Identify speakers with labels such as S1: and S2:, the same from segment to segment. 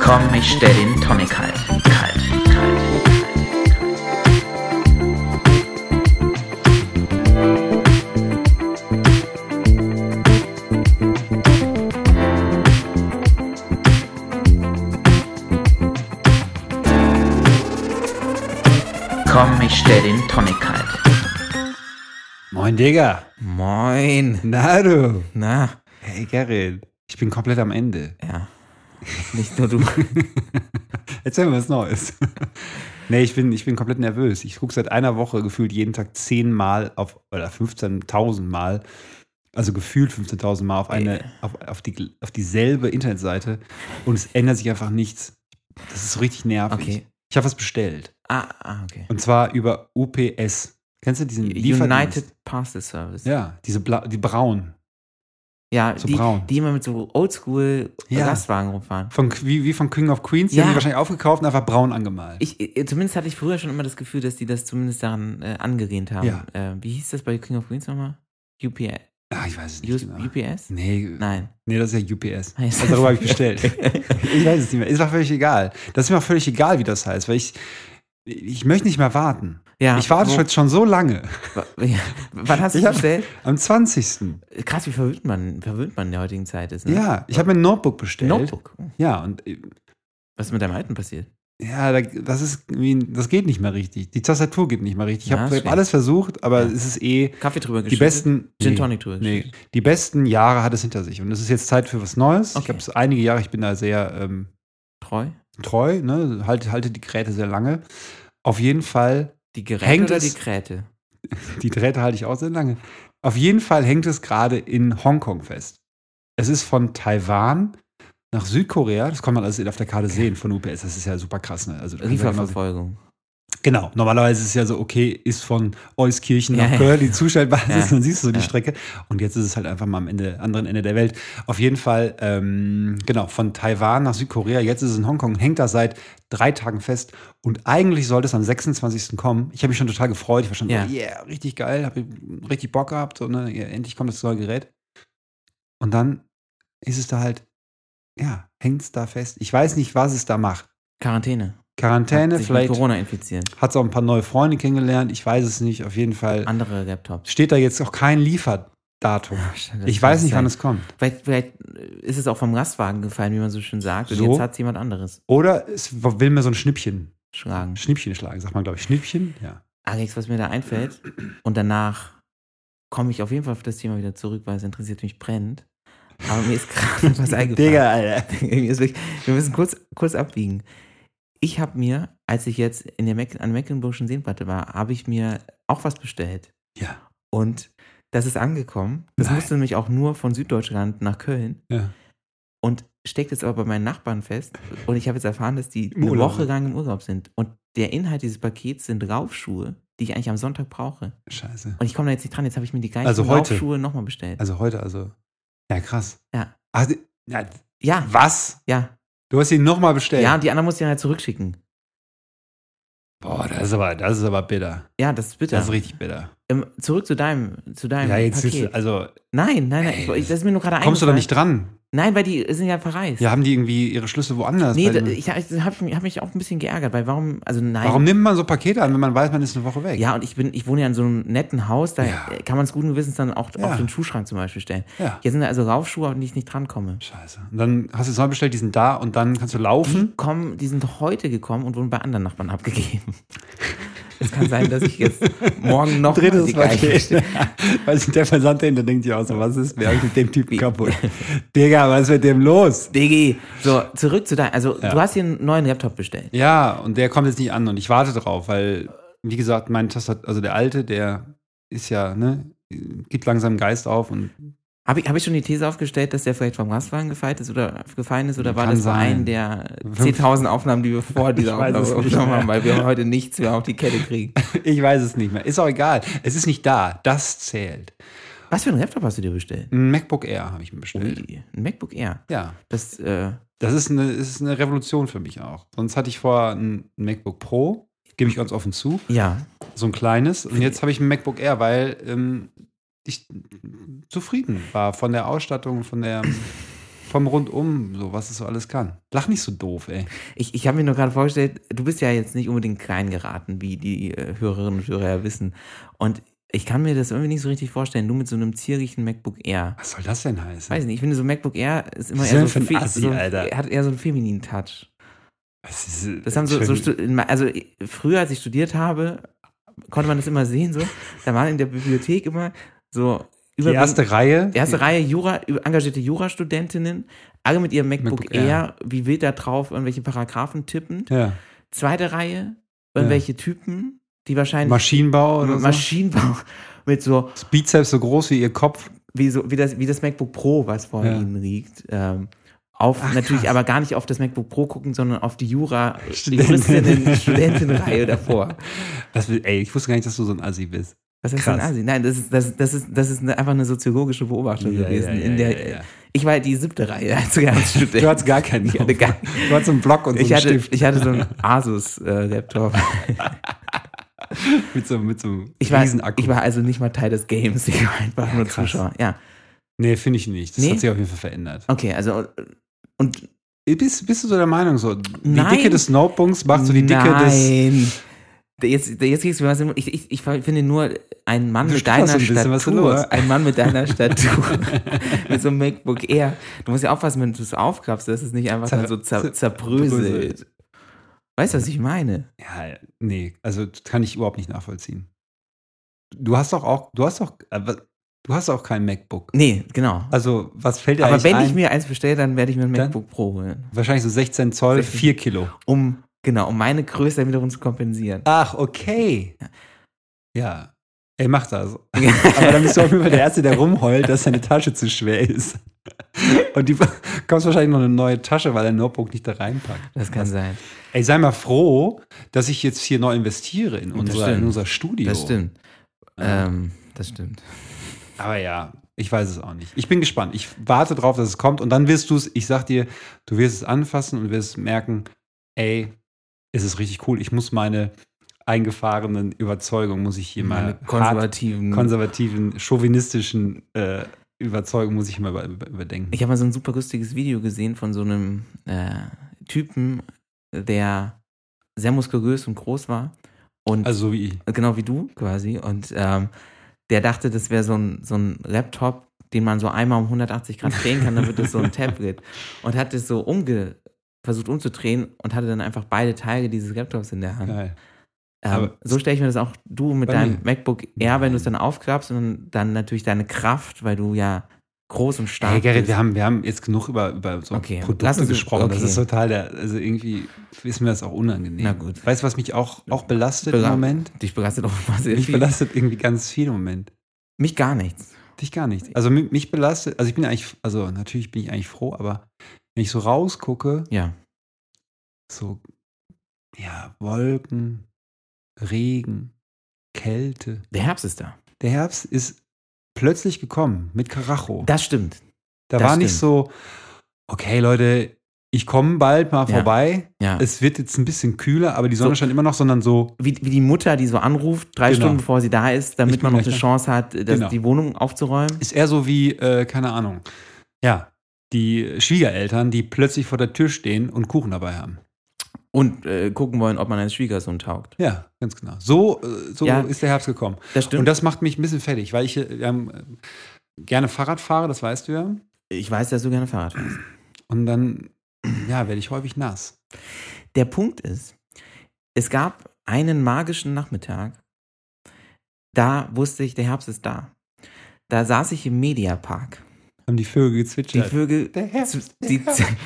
S1: Komm, ich stell den Tonic halt. Kalt, kalt. Komm, ich stell den Tonic halt.
S2: Moin, Digga.
S3: Moin.
S2: Na du.
S3: Na,
S2: Hey, Gerrit. Ich bin komplett am Ende.
S3: ja. Nicht nur du.
S2: Erzähl mir was Neues. nee, ich bin, ich bin komplett nervös. Ich gucke seit einer Woche gefühlt jeden Tag zehnmal auf, oder 15.000 Mal, also gefühlt 15.000 Mal auf eine,
S3: Äh.
S2: auf, auf, die, auf dieselbe Internetseite und es ändert sich einfach nichts. Das ist so richtig nervig.
S3: Okay.
S2: Ich habe was bestellt.
S3: Ah, ah okay.
S2: Und zwar über UPS. Kennst du diesen Lieferdienst?
S3: United Parcel Service.
S2: Ja, diese Bla die braun.
S3: Ja,
S2: So
S3: die,
S2: braun.
S3: die immer mit so Oldschool
S2: Ja.
S3: Lastwagen rumfahren.
S2: Von, wie, wie von King of Queens, die
S3: Ja.
S2: haben die wahrscheinlich aufgekauft und einfach braun angemalt.
S3: Ich, äh, zumindest hatte ich früher schon immer das Gefühl, dass die das zumindest daran äh, angelehnt haben.
S2: Ja.
S3: Äh, wie hieß das bei King of Queens nochmal? UPS?
S2: ah, ich weiß es nicht
S3: US,
S2: genau.
S3: UPS?
S2: Nee,
S3: Nein.
S2: nee, das ist ja UPS.
S3: Heißt-
S2: Also darüber habe ich bestellt. ich weiß es nicht mehr. Ist doch völlig egal. Das ist mir auch völlig egal, wie das heißt, weil ich, ich möchte nicht mehr warten.
S3: Ja,
S2: ich warte
S3: wo-
S2: jetzt schon so lange.
S3: wa- ja. Wann hast du
S2: Ich
S3: es
S2: hab-
S3: bestellt?
S2: Am 20.
S3: Krass, wie verwöhnt man, verwöhnt man in der heutigen Zeit ist. Ne?
S2: Ja, ich habe mir ein Notebook bestellt.
S3: Notebook. Oh.
S2: Ja, und äh,
S3: Was ist mit deinem alten passiert?
S2: ja, da- das ist irgendwie, das geht nicht mehr richtig. Die Tastatur geht nicht mehr richtig. Ich
S3: Ja,
S2: habe
S3: ist
S2: hab
S3: schlecht.
S2: alles versucht, aber
S3: Ja.
S2: es ist eh
S3: Kaffee drüber
S2: die besten.
S3: Gin
S2: nee.
S3: Tonic drüber
S2: Nee,
S3: geschüttet.
S2: die besten Jahre hat es hinter sich. Und es ist jetzt Zeit für was Neues. Ich
S3: Okay.
S2: habe es einige Jahre, ich bin da sehr ähm,
S3: Treu?
S2: treu, ne? halte, halte die Drähte sehr lange. Auf jeden Fall,
S3: Die Geräte
S2: Hängt
S3: oder
S2: es-
S3: die Kräte?
S2: die Drähte halte ich auch sehr lange. Auf jeden Fall hängt es gerade in Hongkong fest. Es ist von Taiwan nach Südkorea, das kann man alles auf der Karte sehen von UPS, das ist ja super krass. Ne? Also, du kannst ja immer-
S3: Lieferverfolgung.
S2: Genau, normalerweise ist es ja so, okay, ist von Euskirchen
S3: Ja,
S2: nach
S3: ja.
S2: Köln die Zustellbasis,
S3: Ja.
S2: dann siehst du so die
S3: Ja.
S2: Strecke. Und jetzt ist es halt einfach mal am Ende, anderen Ende der Welt. Auf jeden Fall, ähm, genau, von Taiwan nach Südkorea, jetzt ist es in Hongkong, hängt da seit drei Tagen fest. Und eigentlich sollte es am 26. kommen. Ich habe mich schon total gefreut. Ich war schon
S3: Ja.
S2: so, yeah, richtig geil, habe richtig Bock gehabt. Und, ne, ja, endlich kommt das neue Gerät. Und dann ist es da halt, ja, hängt es da fest. Ich weiß nicht, was es da macht.
S3: Quarantäne.
S2: Quarantäne,
S3: Hat sich
S2: vielleicht
S3: Mit Corona infizieren.
S2: hat so ein paar neue Freunde kennengelernt. Ich weiß es nicht. Auf jeden Fall
S3: Andere Laptops.
S2: steht da jetzt auch kein Lieferdatum.
S3: Schade,
S2: Ich
S3: das
S2: weiß
S3: kann
S2: nicht,
S3: sein.
S2: wann es kommt.
S3: Vielleicht, vielleicht ist es auch vom Lastwagen gefallen, wie man so schön sagt. Und
S2: So?
S3: jetzt hat es jemand anderes
S2: Oder es will mir so ein Schnippchen,
S3: geschlagen.
S2: Schnippchen schlagen, sagt man, glaube ich. Schnippchen? Ja.
S3: Alex, was mir da einfällt, und danach komme ich auf jeden Fall auf das Thema wieder zurück, weil es interessiert mich brennend. Aber mir ist gerade was eingefallen.
S2: Digga, Alter.
S3: Mir ist wirklich- Wir müssen kurz, kurz abbiegen. Ich habe mir, als ich jetzt in der Meck an der Mecklenburgischen Seenplatte war, habe ich mir auch was bestellt.
S2: Ja.
S3: Und das ist angekommen. Das
S2: Nein.
S3: musste nämlich auch nur von Süddeutschland nach Köln
S2: ja.
S3: und steckt jetzt aber bei meinen Nachbarn fest. Und ich habe jetzt erfahren, dass die
S2: Im
S3: eine
S2: Urlaub
S3: Woche
S2: sind.
S3: lang im Urlaub sind. Und der Inhalt dieses Pakets sind Laufschuhe, die ich eigentlich am Sonntag brauche.
S2: Scheiße.
S3: Und ich komme da jetzt nicht dran. Jetzt habe ich mir die gleichen
S2: Also heute.
S3: Laufschuhe nochmal bestellt.
S2: Also heute, also. Ja, krass.
S3: Ja.
S2: Ach, die- ja,
S3: ja,
S2: was?
S3: ja.
S2: Du hast ihn nochmal bestellt.
S3: Ja, und die anderen muss ich dann halt zurückschicken.
S2: Boah, das ist aber, das ist aber bitter.
S3: Ja, das ist bitter.
S2: Das ist richtig bitter.
S3: Ähm, zurück zu deinem, zu deinem
S2: Ja, jetzt ist,
S3: Paket.
S2: also
S3: nein, nein, nein,
S2: Ey,
S3: ich, ich- das ist mir nur gerade
S2: kommst du da
S3: eingefallen.
S2: nicht dran.
S3: Nein, weil die sind ja verreist.
S2: Ja, haben die irgendwie ihre Schlüssel woanders?
S3: nee,
S2: Weil-
S3: da, ich, ich habe hab mich auch ein bisschen geärgert, weil warum, also nein.
S2: Warum nimmt man so Pakete an, wenn man weiß, man ist eine Woche weg?
S3: Äh, Ja, und ich bin, ich wohne ja in so einem netten Haus, da
S2: Ja.
S3: äh, kann man es guten Gewissens dann auch
S2: Ja.
S3: auf den Schuhschrank zum Beispiel stellen.
S2: ja.
S3: Hier sind da also Raufschuhe, an die ich nicht drankomme.
S2: Scheiße. Und dann hast du es neu bestellt, die sind da und dann kannst du laufen.
S3: Die kommen, die sind heute gekommen und wurden bei anderen Nachbarn abgegeben. Es kann sein, dass ich jetzt morgen noch mal die gleichen bestelle.
S2: Weil sich der Versandhändler denkt sich auch so, was ist, wer ist mit dem Typen kaputt? Digga, was ist mit dem los?
S3: Digi, so, zurück zu deinem, also
S2: Ja.
S3: du hast hier einen neuen Laptop bestellt.
S2: Ja, und der kommt jetzt nicht an und ich warte drauf, weil, wie gesagt, mein Tastatur, also der alte, der ist ja, ne, gibt langsam Geist auf und
S3: Habe ich, hab ich schon die These aufgestellt, dass der vielleicht vom Rastwagen gefallen ist oder gefallen ist oder war
S2: Kann
S3: das nur
S2: sein.
S3: ein der
S2: Fünf-
S3: 10.000 Aufnahmen, die wir vor
S2: Ich
S3: dieser
S2: weiß
S3: Aufnahme
S2: es nicht
S3: aufgenommen
S2: mehr.
S3: haben, weil wir heute nichts mehr auf die Kette kriegen.
S2: ich weiß es nicht mehr. Ist auch egal. Es ist nicht da. Das zählt.
S3: Was für einen Laptop hast du dir bestellt?
S2: Ein MacBook Air habe ich mir bestellt.
S3: Ui, ein MacBook Air.
S2: Ja.
S3: Das, äh,
S2: Das ist eine, ist eine Revolution für mich auch. Sonst hatte ich vorher ein MacBook Pro, gebe ich ganz offen zu,
S3: ja.
S2: so ein kleines. Und jetzt habe ich ein MacBook Air, weil ähm, ich zufrieden war von der Ausstattung, von der, vom Rundum, so was es so alles kann. Lach nicht so doof, ey.
S3: Ich, ich habe mir nur gerade vorgestellt, du bist ja jetzt nicht unbedingt klein geraten, wie die äh, Hörerinnen und Hörer ja wissen. Und ich kann mir das irgendwie nicht so richtig vorstellen, du mit so einem zierigen MacBook Air.
S2: Was soll das denn heißen?
S3: Weiß nicht, ich finde so MacBook Air ist immer
S2: Was
S3: eher
S2: ist
S3: so,
S2: denn für ein
S3: fe-
S2: Assi,
S3: so
S2: Alter?
S3: hat eher so einen femininen Touch.
S2: Das, ist, äh,
S3: Das haben so, so Stu- in me- also ich- früher, als ich studiert habe, konnte man das immer sehen so. Da waren in der Bibliothek immer so
S2: Die erste Reihe.
S3: Die erste Reihe Jura, engagierte Jurastudentinnen, alle mit ihrem MacBook,
S2: MacBook
S3: Air,
S2: Air.
S3: wie wild da drauf irgendwelche Paragraphen tippen.
S2: Ja.
S3: Zweite Reihe, irgendwelche Typen, die wahrscheinlich
S2: Maschinenbau oder so.
S3: Maschinenbau mit so,
S2: Das Bizeps so groß wie ihr Kopf.
S3: wie so, wie das, wie das MacBook Pro, was vor
S2: Ja.
S3: ihnen liegt. Ähm, auf, natürlich aber gar nicht auf das MacBook Pro gucken, sondern auf die Jura, die
S2: Studentinnen.
S3: Juristinnen, Studentenreihe davor.
S2: Das, will- ey, ich wusste gar nicht, dass du so ein Assi bist.
S3: Was heißt
S2: Krass.
S3: denn Asi? Nein, das ist, das, das ist, das ist eine, einfach eine soziologische Beobachtung
S2: Ja,
S3: gewesen.
S2: ja, ja,
S3: in der,
S2: ja, ja.
S3: Ich war die siebte Reihe als als Student.
S2: Du hattest gar keinen.
S3: Ich hatte gar-
S2: du hattest einen Block und so
S3: ich,
S2: einen
S3: hatte,
S2: Stift.
S3: ich hatte so einen äh, Asus-Laptop.
S2: mit so, mit so einem
S3: ich, war,
S2: Riesenakku.
S3: ich war also nicht mal Teil des Games, ich war einfach nur
S2: krass.
S3: Zuschauer. Ja,
S2: nee, finde ich nicht. Das
S3: Nee?
S2: hat sich auf jeden Fall verändert.
S3: okay, also äh, und
S2: Bist, bist du so der Meinung, so die
S3: Nein.
S2: Dicke des Notebooks macht so die Dicke des.
S3: Nein. Jetzt, jetzt kriegst du mir was im, ich, ich, ich finde nur, ein Mann
S2: Du
S3: mit
S2: stotterst
S3: deiner
S2: so ein bisschen, was ist denn los?
S3: Statur, ein Mann mit deiner Statur, mit so einem MacBook Air, du musst ja aufpassen, wenn du es aufklappst, dass es nicht einfach
S2: Zer-
S3: dann so zer,
S2: zer-
S3: zerbröselt.
S2: bröselt.
S3: Weißt du, was ich meine?
S2: Ja, nee, also das kann ich überhaupt nicht nachvollziehen. Du hast doch auch, du hast doch, äh, was- du hast auch kein MacBook.
S3: Nee, genau.
S2: Also, was fällt dir
S3: Aber
S2: eigentlich
S3: wenn
S2: ein?
S3: ich mir eins bestelle, dann werde ich mir ein
S2: Dann-
S3: MacBook Pro holen.
S2: Wahrscheinlich so 16 Zoll,
S3: 16.
S2: 4 Kilo.
S3: Um, genau, um meine Größe dann wiederum zu kompensieren.
S2: Ach, okay. Ja. Ey, mach das. Aber dann bist du auf jeden Fall der Erste, der rumheult, dass seine Tasche zu schwer ist. Und du bekommst wahrscheinlich noch eine neue Tasche, weil dein Notebook nicht da reinpackt.
S3: Das kann sein.
S2: Ey, sei mal froh, dass ich jetzt hier neu investiere in, unser,
S3: stimmt.
S2: in unser Studio.
S3: Das stimmt.
S2: Ja.
S3: Ähm, das stimmt.
S2: Aber ja, ich weiß es auch nicht. Ich bin gespannt. Ich warte drauf, dass es kommt. Und dann wirst du es, ich sag dir, du wirst es anfassen und wirst merken, ey, es ist richtig cool. Ich muss meine eingefahrenen Überzeugungen, muss ich hier
S3: Meine
S2: mal hart
S3: konservativen.
S2: konservativen, chauvinistischen äh, Überzeugung muss ich immer über, über, überdenken.
S3: ich habe mal so ein super lustiges Video gesehen von so einem äh, Typen, der sehr muskulös und groß war. Und
S2: also so wie ich.
S3: genau wie du quasi. Und ähm, der dachte, das wäre so ein, so ein Laptop, den man so einmal um 180 Grad drehen kann, dann wird das so ein Tablet. Und hat es so umge versucht umzudrehen und hatte dann einfach beide Teile dieses Laptops in der Hand.
S2: Geil.
S3: Ähm,
S2: Aber-
S3: so stelle ich mir das auch du mit
S2: Bei
S3: deinem
S2: mir?
S3: MacBook Air, wenn du es
S2: Nein.
S3: dann aufklappst und dann natürlich deine Kraft, weil du ja groß und stark
S2: Hey Gerrit,
S3: bist.
S2: wir haben, wir haben jetzt genug über, über so
S3: Okay, lass
S2: Produkte
S3: uns-
S2: gesprochen. Das
S3: okay.
S2: ist total der, also irgendwie ist mir das auch unangenehm.
S3: Na gut.
S2: Weißt du, was mich auch, auch belastet
S3: Bela-
S2: im Moment?
S3: Dich belastet auch mal sehr
S2: Mich
S3: viel.
S2: belastet irgendwie ganz viel im Moment.
S3: Mich gar nichts.
S2: Dich gar nicht. Also mi- mich belastet, also ich bin eigentlich, also natürlich bin ich eigentlich froh, aber wenn ich so rausgucke,
S3: Ja.
S2: so, ja, Wolken, Regen, Kälte.
S3: Der Herbst ist da.
S2: Der Herbst ist plötzlich gekommen mit Karacho.
S3: Das stimmt.
S2: da
S3: das
S2: war nicht so, okay, Leute, ich komme bald mal
S3: Ja.
S2: vorbei.
S3: Ja.
S2: Es wird jetzt ein bisschen kühler, aber die Sonne
S3: So.
S2: scheint immer noch, sondern so,
S3: wie, wie die Mutter, die so anruft, drei
S2: Genau.
S3: Stunden bevor sie da ist, damit
S2: Ich
S3: man
S2: bin
S3: noch eine
S2: gleich da.
S3: Chance hat, äh, das,
S2: Genau.
S3: die Wohnung aufzuräumen.
S2: ist eher so wie, äh, keine Ahnung, ja, die Schwiegereltern, die plötzlich vor der Tür stehen und Kuchen dabei haben.
S3: Und äh, gucken wollen, ob man einen Schwiegersohn taugt.
S2: Ja, ganz genau. So, äh, so
S3: Ja.
S2: ist der Herbst gekommen.
S3: Das stimmt.
S2: Und das macht mich ein bisschen fertig, weil ich äh, ähm, gerne Fahrrad fahre, das weißt du ja.
S3: ich weiß, dass du gerne Fahrrad fährst.
S2: Und dann, ja, werde ich häufig nass.
S3: Der Punkt ist, es gab einen magischen Nachmittag, da wusste ich, der Herbst ist da. Da saß ich im Mediapark.
S2: Haben die Vögel
S3: Die
S2: gezwitschert.
S3: Vögel,
S2: Der Herbst,
S3: die,
S2: der Herbst,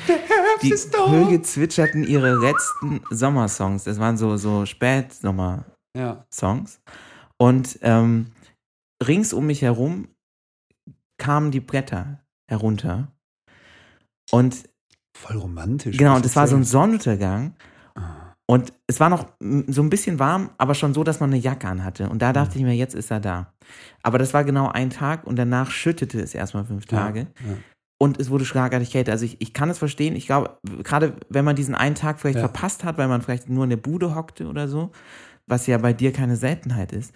S3: die
S2: ist da.
S3: Vögel zwitscherten ihre letzten Sommersongs. Das waren so, so Spätsommer-Songs.
S2: ja.
S3: Und ähm, rings um mich herum kamen die Blätter herunter. Und
S2: Voll romantisch.
S3: Genau,
S2: muss
S3: und
S2: ich
S3: es war so ein
S2: sagen.
S3: Sonnenuntergang.
S2: Ah.
S3: Und es war noch mm, so ein bisschen warm, aber schon so, dass man eine Jacke anhatte.
S2: Mhm.
S3: Und da dachte ich mir, jetzt ist er da. Aber das war genau ein Tag und danach schüttete es erstmal fünf Tage.
S2: Ja, ja.
S3: Und es wurde schlagartig kälter. Also ich, ich kann es verstehen. Ich glaube, gerade wenn man diesen einen Tag vielleicht
S2: Ja.
S3: verpasst hat, weil man vielleicht nur in der Bude hockte oder so, was ja bei dir keine Seltenheit ist,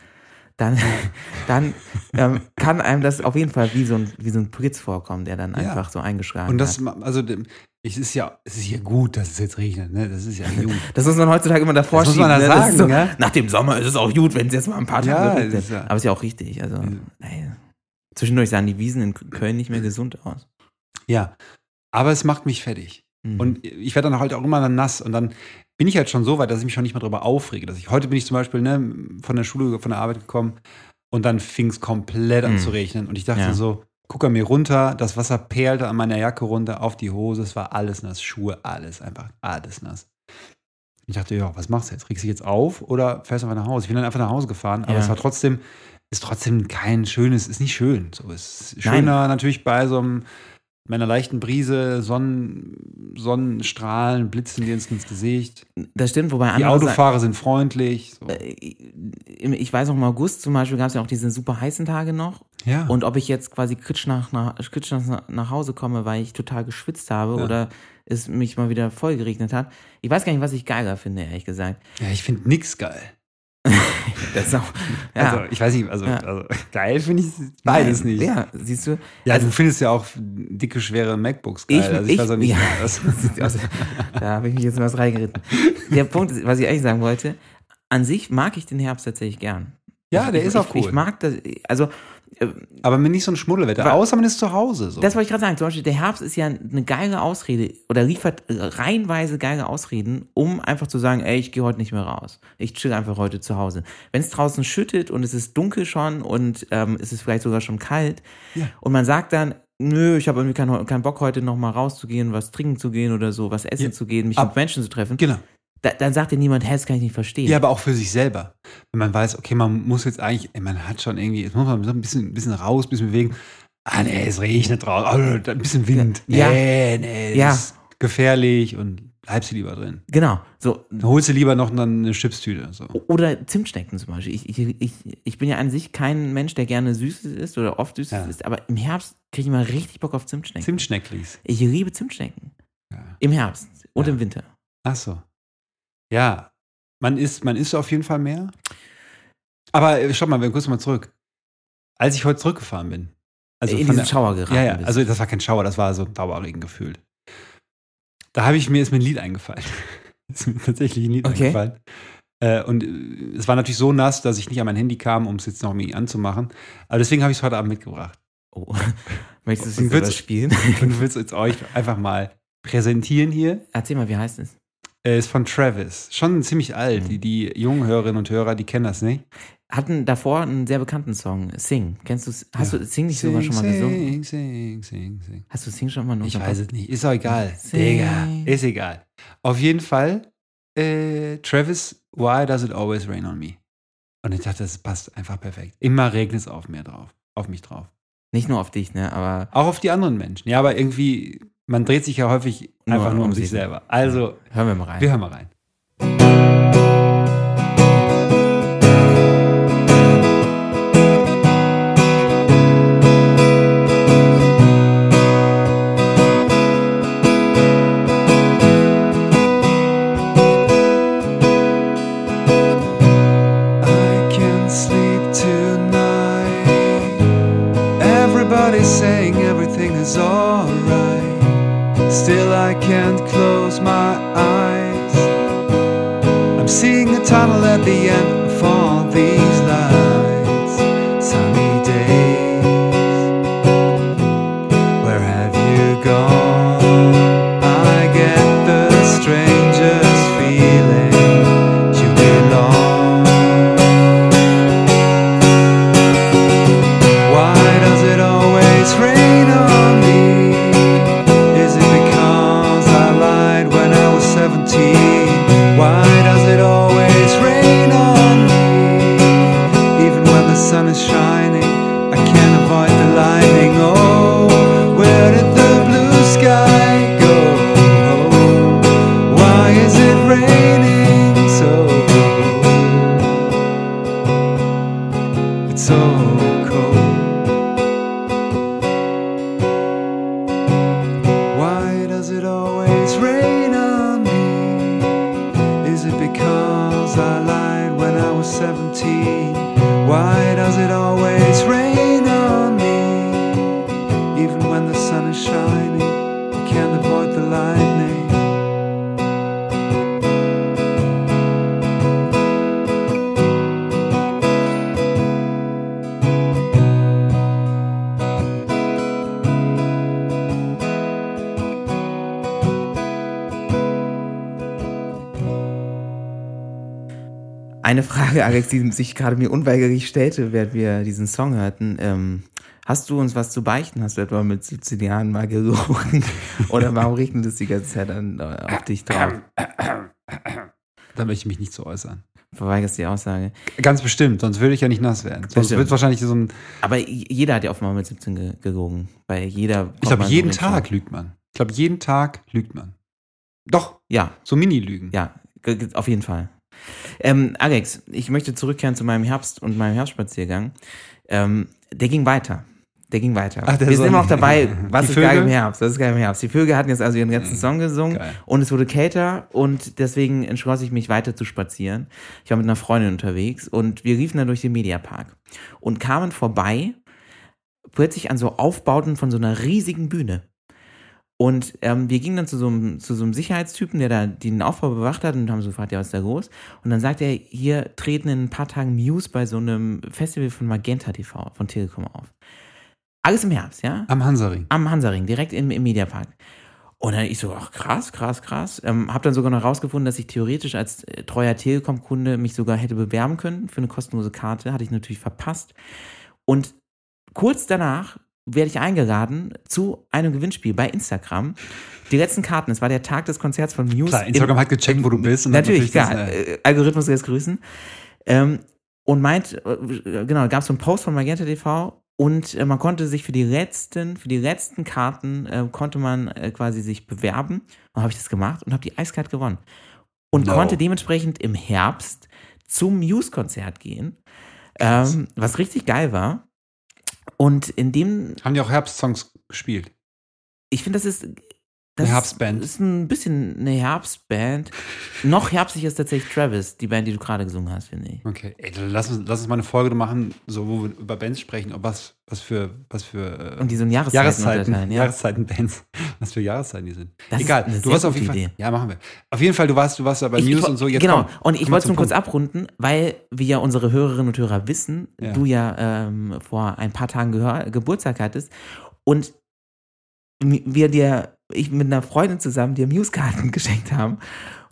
S3: dann, dann ähm, kann einem das auf jeden Fall wie so ein, wie so ein Blitz vorkommen, der dann einfach so eingeschlagen
S2: Und das,
S3: hat.
S2: ma- also, dem- es ist ja, es ist ja gut, dass es jetzt regnet, ne? Das ist ja gut.
S3: Das muss man heutzutage immer davor
S2: Das muss
S3: schieben.
S2: man
S3: ne?
S2: da
S3: Das ist
S2: sagen, ne?
S3: Nach dem Sommer ist es auch gut, wenn es jetzt mal ein paar Tage
S2: Ja,
S3: regnet.
S2: ist ja-
S3: Aber ist ja auch richtig. Also, ey. zwischendurch sahen die Wiesen in Köln nicht mehr gesund aus.
S2: Ja. Aber es macht mich fertig.
S3: Mhm.
S2: Und ich werde dann halt auch immer dann nass und dann bin ich halt schon so weit, dass ich mich schon nicht mehr darüber aufrege. Dass ich, heute bin ich zum Beispiel ne, von der Schule, von der Arbeit gekommen und dann fing es komplett an
S3: Mhm.
S2: zu regnen. Und ich dachte
S3: Ja.
S2: so, guck an mir runter, das Wasser perlte an meiner Jacke runter, auf die Hose, es war alles nass, Schuhe, alles einfach, alles nass. Ich dachte, ja, was machst du jetzt? Regst du dich jetzt auf oder fährst du einfach nach Hause? Ich bin dann einfach nach Hause gefahren, aber
S3: Ja.
S2: es war trotzdem, ist trotzdem kein schönes, ist nicht schön. So, es ist
S3: Nein.
S2: schöner natürlich bei so einem meiner leichten Brise, Sonnen, Sonnenstrahlen blitzen dir ins ins Gesicht.
S3: das stimmt, wobei
S2: Die
S3: andere sagen-
S2: Autofahrer sind freundlich. So.
S3: im- ich weiß noch, im August zum Beispiel gab es ja auch diese super heißen Tage noch.
S2: Ja.
S3: Und ob ich jetzt quasi kritsch nach, nach, kritsch nach, nach Hause komme, weil ich total geschwitzt habe
S2: Ja.
S3: oder es mich mal wieder voll geregnet hat. Ich weiß gar nicht, was ich geiler finde, ehrlich gesagt.
S2: ja, ich finde nix geil.
S3: Das ist auch, ja.
S2: Also, ich weiß nicht, also,
S3: Ja.
S2: also geil finde ich beides
S3: Nein,
S2: nicht. Ja,
S3: Ja, siehst du?
S2: du findest ja auch dicke, schwere MacBooks geil.
S3: Ich-
S2: also,
S3: ich-
S2: weiß auch nicht,
S3: ja.
S2: was-
S3: Also, da habe ich mich jetzt in was reingeritten. Der Punkt, ist, was ich eigentlich sagen wollte, an sich mag ich den Herbst tatsächlich gern.
S2: Ja,
S3: Ich-
S2: der
S3: ich,
S2: ist auch
S3: ich,
S2: cool.
S3: Ich mag das, also
S2: aber mir nicht so ein Schmuddelwetter.
S3: Wa-
S2: außer man ist zu Hause. So.
S3: Das wollte ich gerade sagen. Zum Beispiel, der Herbst ist ja eine geile Ausrede oder liefert reihenweise geile Ausreden, um einfach zu sagen, ey, ich gehe heute nicht mehr raus. Ich chill einfach heute zu Hause. Wenn es draußen schüttet und es ist dunkel schon und ähm, es ist vielleicht sogar schon kalt
S2: Ja.
S3: und man sagt dann, nö, ich habe irgendwie keinen keinen Bock heute nochmal rauszugehen, was trinken zu gehen oder so, was essen
S2: Ja.
S3: zu gehen, mich
S2: Ab-
S3: mit Menschen zu treffen,
S2: genau.
S3: da, dann sagt dir niemand, hä, das kann ich nicht verstehen.
S2: Ja, aber auch für sich selber. Wenn man weiß, okay, man muss jetzt eigentlich, ey, man hat schon irgendwie, jetzt muss man so ein bisschen, ein bisschen raus, ein bisschen bewegen. Ah, nee, es regnet draußen. Ah, da- ein bisschen Wind.
S3: Ja.
S2: Nee, nee, das
S3: Ja.
S2: ist gefährlich und bleibst du lieber drin.
S3: Genau. So,
S2: Dann holst du lieber noch dann eine Chipstüte. So.
S3: Oder Zimtschnecken zum Beispiel. Ich, ich, ich, ich bin ja an sich kein Mensch, der gerne Süßes isst oder oft Süßes
S2: Ja.
S3: isst, aber im Herbst kriege ich mal richtig Bock auf Zimtschnecken.
S2: Zimtschnecklis.
S3: ich liebe Zimtschnecken.
S2: Ja.
S3: Im Herbst und
S2: Ja.
S3: im Winter.
S2: Ach so. Ja, man isst, man isst auf jeden Fall mehr. Aber äh, schau mal, wir kurz mal zurück. Als ich heute zurückgefahren bin, also
S3: in
S2: von
S3: diesen
S2: der,
S3: Schauer geraten.
S2: Ja, ja,
S3: bist.
S2: also das war kein Schauer, das war so ein Dauerregen gefühlt. Da habe ich mir ist mir ein Lied eingefallen. ist mir tatsächlich ein Lied
S3: Okay.
S2: eingefallen. Äh, und äh, es war natürlich so nass, dass ich nicht an mein Handy kam, um es jetzt noch irgendwie anzumachen. Aber deswegen habe ich es heute Abend mitgebracht.
S3: oh. Möchtest du
S2: Und
S3: es
S2: Witz-
S3: jetzt spielen?
S2: Und will es jetzt euch einfach mal präsentieren hier.
S3: Erzähl mal, wie heißt es?
S2: Äh, ist von Travis. Schon ziemlich alt.
S3: Mhm.
S2: Die, die jungen Hörerinnen und Hörer, die kennen das nicht.
S3: Hatten davor einen sehr bekannten Song, Sing. Kennst du Hast
S2: Ja.
S3: du Sing nicht sogar schon mal
S2: sing,
S3: gesungen?
S2: Sing, sing, sing, sing.
S3: Hast du Sing schon mal in
S2: Ich
S3: unserem
S2: weiß
S3: Podcast-
S2: es nicht. Ist auch egal.
S3: Sing.
S2: Digga, ist egal. Auf jeden Fall, äh, Travis, why does it always rain on me? Und ich dachte, das passt einfach perfekt. Immer regnet es auf mir drauf. Auf mich drauf.
S3: Nicht nur auf dich, ne? Aber
S2: Auch auf die anderen Menschen. Ja, aber irgendwie, man dreht sich ja häufig
S3: Nur
S2: einfach nur um
S3: um
S2: sich
S3: sich.
S2: selber. Also,
S3: hören wir mal rein.
S2: wir hören mal rein. I can't sleep tonight. Everybody's saying everything is alright. Still, I can't close my eyes. I'm seeing a tunnel at the end of all these lights. Sunny days. Where have you gone? I get the strangest feeling you belong. Why does it always rain on me? Is it because I lied when I was 17? Why does it always rain on me? Even when the sun is shining, I can't avoid the lightning. Oh, where did the blue sky go? Oh, Why is it raining so? It's so cold. Why does it always rain on me? Is it because I lied when I was 17? Why Why does it always rain on me? Even when the sun is shining, I can't avoid the lightning.
S3: Eine Frage, Alex, die sich gerade mir unweigerlich stellte, während wir diesen Song hörten. Ähm, hast du uns was zu beichten? Hast du etwa mit 17 Jahren mal gelogen? Oder warum regnet es die ganze Zeit an, äh, auf dich drauf?
S2: Da möchte ich mich nicht zu äußern.
S3: Verweigerst die Aussage.
S2: Ganz bestimmt, sonst würde ich ja nicht nass werden. Sonst
S3: Bestimmt.
S2: wird wahrscheinlich so ein.
S3: Aber j- jeder hat ja offenbar mit 17 ge gelogen. Weil jeder. kommt
S2: Ich glaube,
S3: mal so
S2: jeden
S3: Richtung-
S2: Tag lügt man. Ich glaube, jeden Tag lügt man. Doch,
S3: Ja,
S2: so Mini-Lügen.
S3: Ja, g- g- auf jeden Fall. Ähm, Alex, ich möchte zurückkehren zu meinem Herbst und meinem Herbstspaziergang. Ähm, der ging weiter. Der ging weiter.
S2: Ach, der
S3: Wir sind
S2: Song.
S3: immer noch dabei, was
S2: Die
S3: ist geil
S2: Vögel? Hm,
S3: im Herbst, was ist geil im Herbst. Die Vögel hatten jetzt also ihren ganzen Song gesungen
S2: Geil.
S3: und es wurde kälter und deswegen entschloss ich mich weiter zu spazieren. Ich war mit einer Freundin unterwegs und wir riefen dann durch den Mediapark und kamen vorbei plötzlich an so Aufbauten von so einer riesigen Bühne. Und ähm, wir gingen dann zu so, einem, zu so einem Sicherheitstypen, der da den Aufbau bewacht hat und haben so gefragt, ja, was ist da los? Und dann sagt er, hier treten in ein paar Tagen Muse bei so einem Festival von Magenta TV, von Telekom auf. Alles im Herbst, ja?
S2: Am Hansaring.
S3: Am Hansaring, direkt im, im Mediapark. Und dann ich so, ach krass, krass, krass. Ähm, hab dann sogar noch rausgefunden, dass ich theoretisch als äh, treuer Telekom-Kunde mich sogar hätte bewerben können für eine kostenlose Karte. Hatte ich natürlich verpasst. Und kurz danach werde ich eingeladen zu einem Gewinnspiel bei Instagram. Die letzten Karten, es war der Tag des Konzerts von Muse.
S2: Klar,
S3: im-
S2: Instagram hat gecheckt, wo du bist. und hat
S3: Äh, Natürlich,
S2: das,
S3: klar.
S2: äh,
S3: Äh, Algorithmus lässt grüßen. Ähm, und meint, äh, genau, gab es so einen Post von Magenta TV und äh, man konnte sich für die letzten, für die letzten Karten äh, konnte man äh, quasi sich bewerben. Und habe ich das gemacht und habe die Eiskarte gewonnen. Und
S2: No.
S3: konnte dementsprechend im Herbst zum Muse-Konzert gehen. Ähm, was richtig geil war. Und in dem,
S2: äh, haben die auch Herbstsongs gespielt?
S3: ich finde, das ist.
S2: Eine
S3: Das
S2: Herbstband.
S3: ist ein bisschen eine Herbstband. Noch herbstlich ist tatsächlich Travis, die Band, die du gerade gesungen hast, finde ich.
S2: Okay, Ey, dann lass, uns, lass uns mal eine Folge machen, so, wo wir über Bands sprechen, ob was, was für, was für äh,
S3: Und die so ein Jahreszeiten,
S2: Jahreszeiten,
S3: unterteilen. Ja.
S2: Jahreszeiten-Bands, was für Jahreszeiten die sind.
S3: Das ist
S2: Egal,
S3: eine
S2: du
S3: sehr
S2: warst auf
S3: gute
S2: jeden Fall.
S3: Idee.
S2: Ja, machen wir. Auf jeden Fall, du warst, du warst da bei
S3: Ich- ich
S2: News
S3: woll-
S2: und so. Jetzt
S3: genau,
S2: komm,
S3: und ich
S2: komm
S3: wollte es
S2: zum
S3: nur kurz
S2: Punkt.
S3: abrunden, weil wir ja unsere Hörerinnen und Hörer wissen,
S2: Ja.
S3: du ja ähm, vor ein paar Tagen Gehör Geburtstag hattest und mi- wir dir, ich mit einer Freundin zusammen dir Muse-Karten geschenkt haben,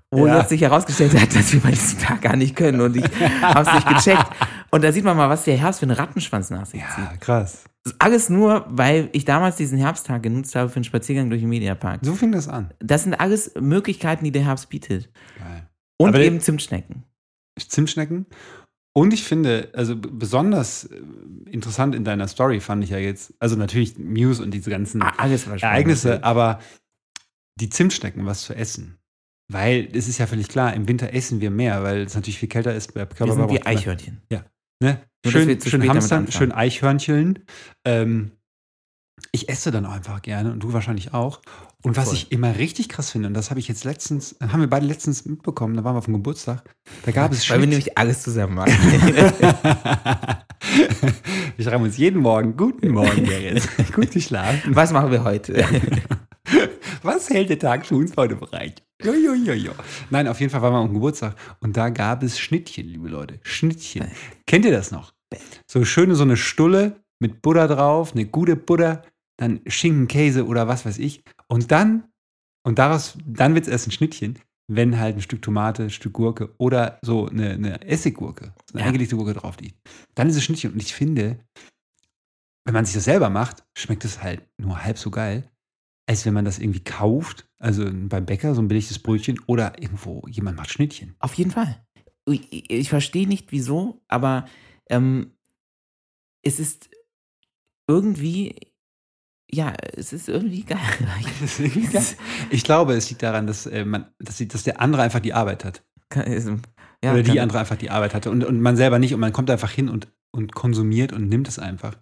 S3: wo
S2: Ja.
S3: jetzt sich herausgestellt hat, dass wir bei diesem Tag gar nicht können und ich habe es nicht gecheckt. Und da sieht man mal, was der Herbst für einen Rattenschwanz nach sich zieht.
S2: Ja, krass.
S3: Das ist Alles nur, weil ich damals diesen Herbsttag genutzt habe für einen Spaziergang durch den Mediapark.
S2: So fing das an.
S3: Das sind alles Möglichkeiten, die der Herbst bietet.
S2: Geil.
S3: Und
S2: Aber-
S3: eben Zimtschnecken.
S2: Zimtschnecken. Und ich finde, also b- besonders äh, interessant in deiner Story fand ich ja jetzt, also natürlich Muse und diese ganzen
S3: Ah, Alles war spannend.
S2: Hm. Ereignisse, aber die Zimtschnecken was zu essen. Weil es ist ja völlig klar, im Winter essen wir mehr, weil es natürlich viel kälter ist. Der Körper
S3: Wir sind wie
S2: braucht mehr.
S3: Eichhörnchen.
S2: Ne?
S3: Nur, dass wir
S2: Schön,
S3: zu
S2: schön
S3: spät damit
S2: hamstern,
S3: anfangen.
S2: schön Eichhörncheln. Ähm, ich esse dann auch einfach gerne und du wahrscheinlich auch. Und was
S3: Voll.
S2: ich immer richtig krass finde, und das habe ich jetzt letztens, haben wir beide letztens mitbekommen, da waren wir auf dem Geburtstag, da gab es
S3: Weil wir
S2: Schnitz-
S3: nämlich alles zusammen machen.
S2: wir schreiben uns jeden Morgen Guten Morgen, Beres. Gut geschlafen.
S3: Was machen wir heute?
S2: Was hält der Tag für uns heute bereit? Jo, jo, jo, jo. Nein, auf jeden Fall waren wir am Geburtstag und da gab es Schnittchen, liebe Leute. Schnittchen. Kennt ihr das noch? So schöne so eine Stulle mit Butter drauf, eine gute Butter, dann Schinken, Käse oder was weiß ich. Und dann, und daraus, dann wird es erst ein Schnittchen, wenn halt ein Stück Tomate, ein Stück Gurke oder so eine, eine Essiggurke, so eine
S3: Ja.
S2: eingelegte Gurke drauf liegt. Dann ist es Schnittchen. Und ich finde, wenn man sich das selber macht, schmeckt es halt nur halb so geil, als wenn man das irgendwie kauft, also beim Bäcker, so ein billiges Brötchen oder irgendwo jemand macht Schnittchen.
S3: Auf jeden Fall. Ich, ich verstehe nicht, wieso, aber ähm, es ist irgendwie, ja, es ist irgendwie geil.
S2: Ich glaube, es liegt daran, dass, äh, man, dass, die, dass der andere einfach die Arbeit hat.
S3: Kann- ist- ja,
S2: oder die
S3: kann-
S2: andere einfach die Arbeit hatte und, und man selber nicht und man kommt einfach hin und, und konsumiert und nimmt es einfach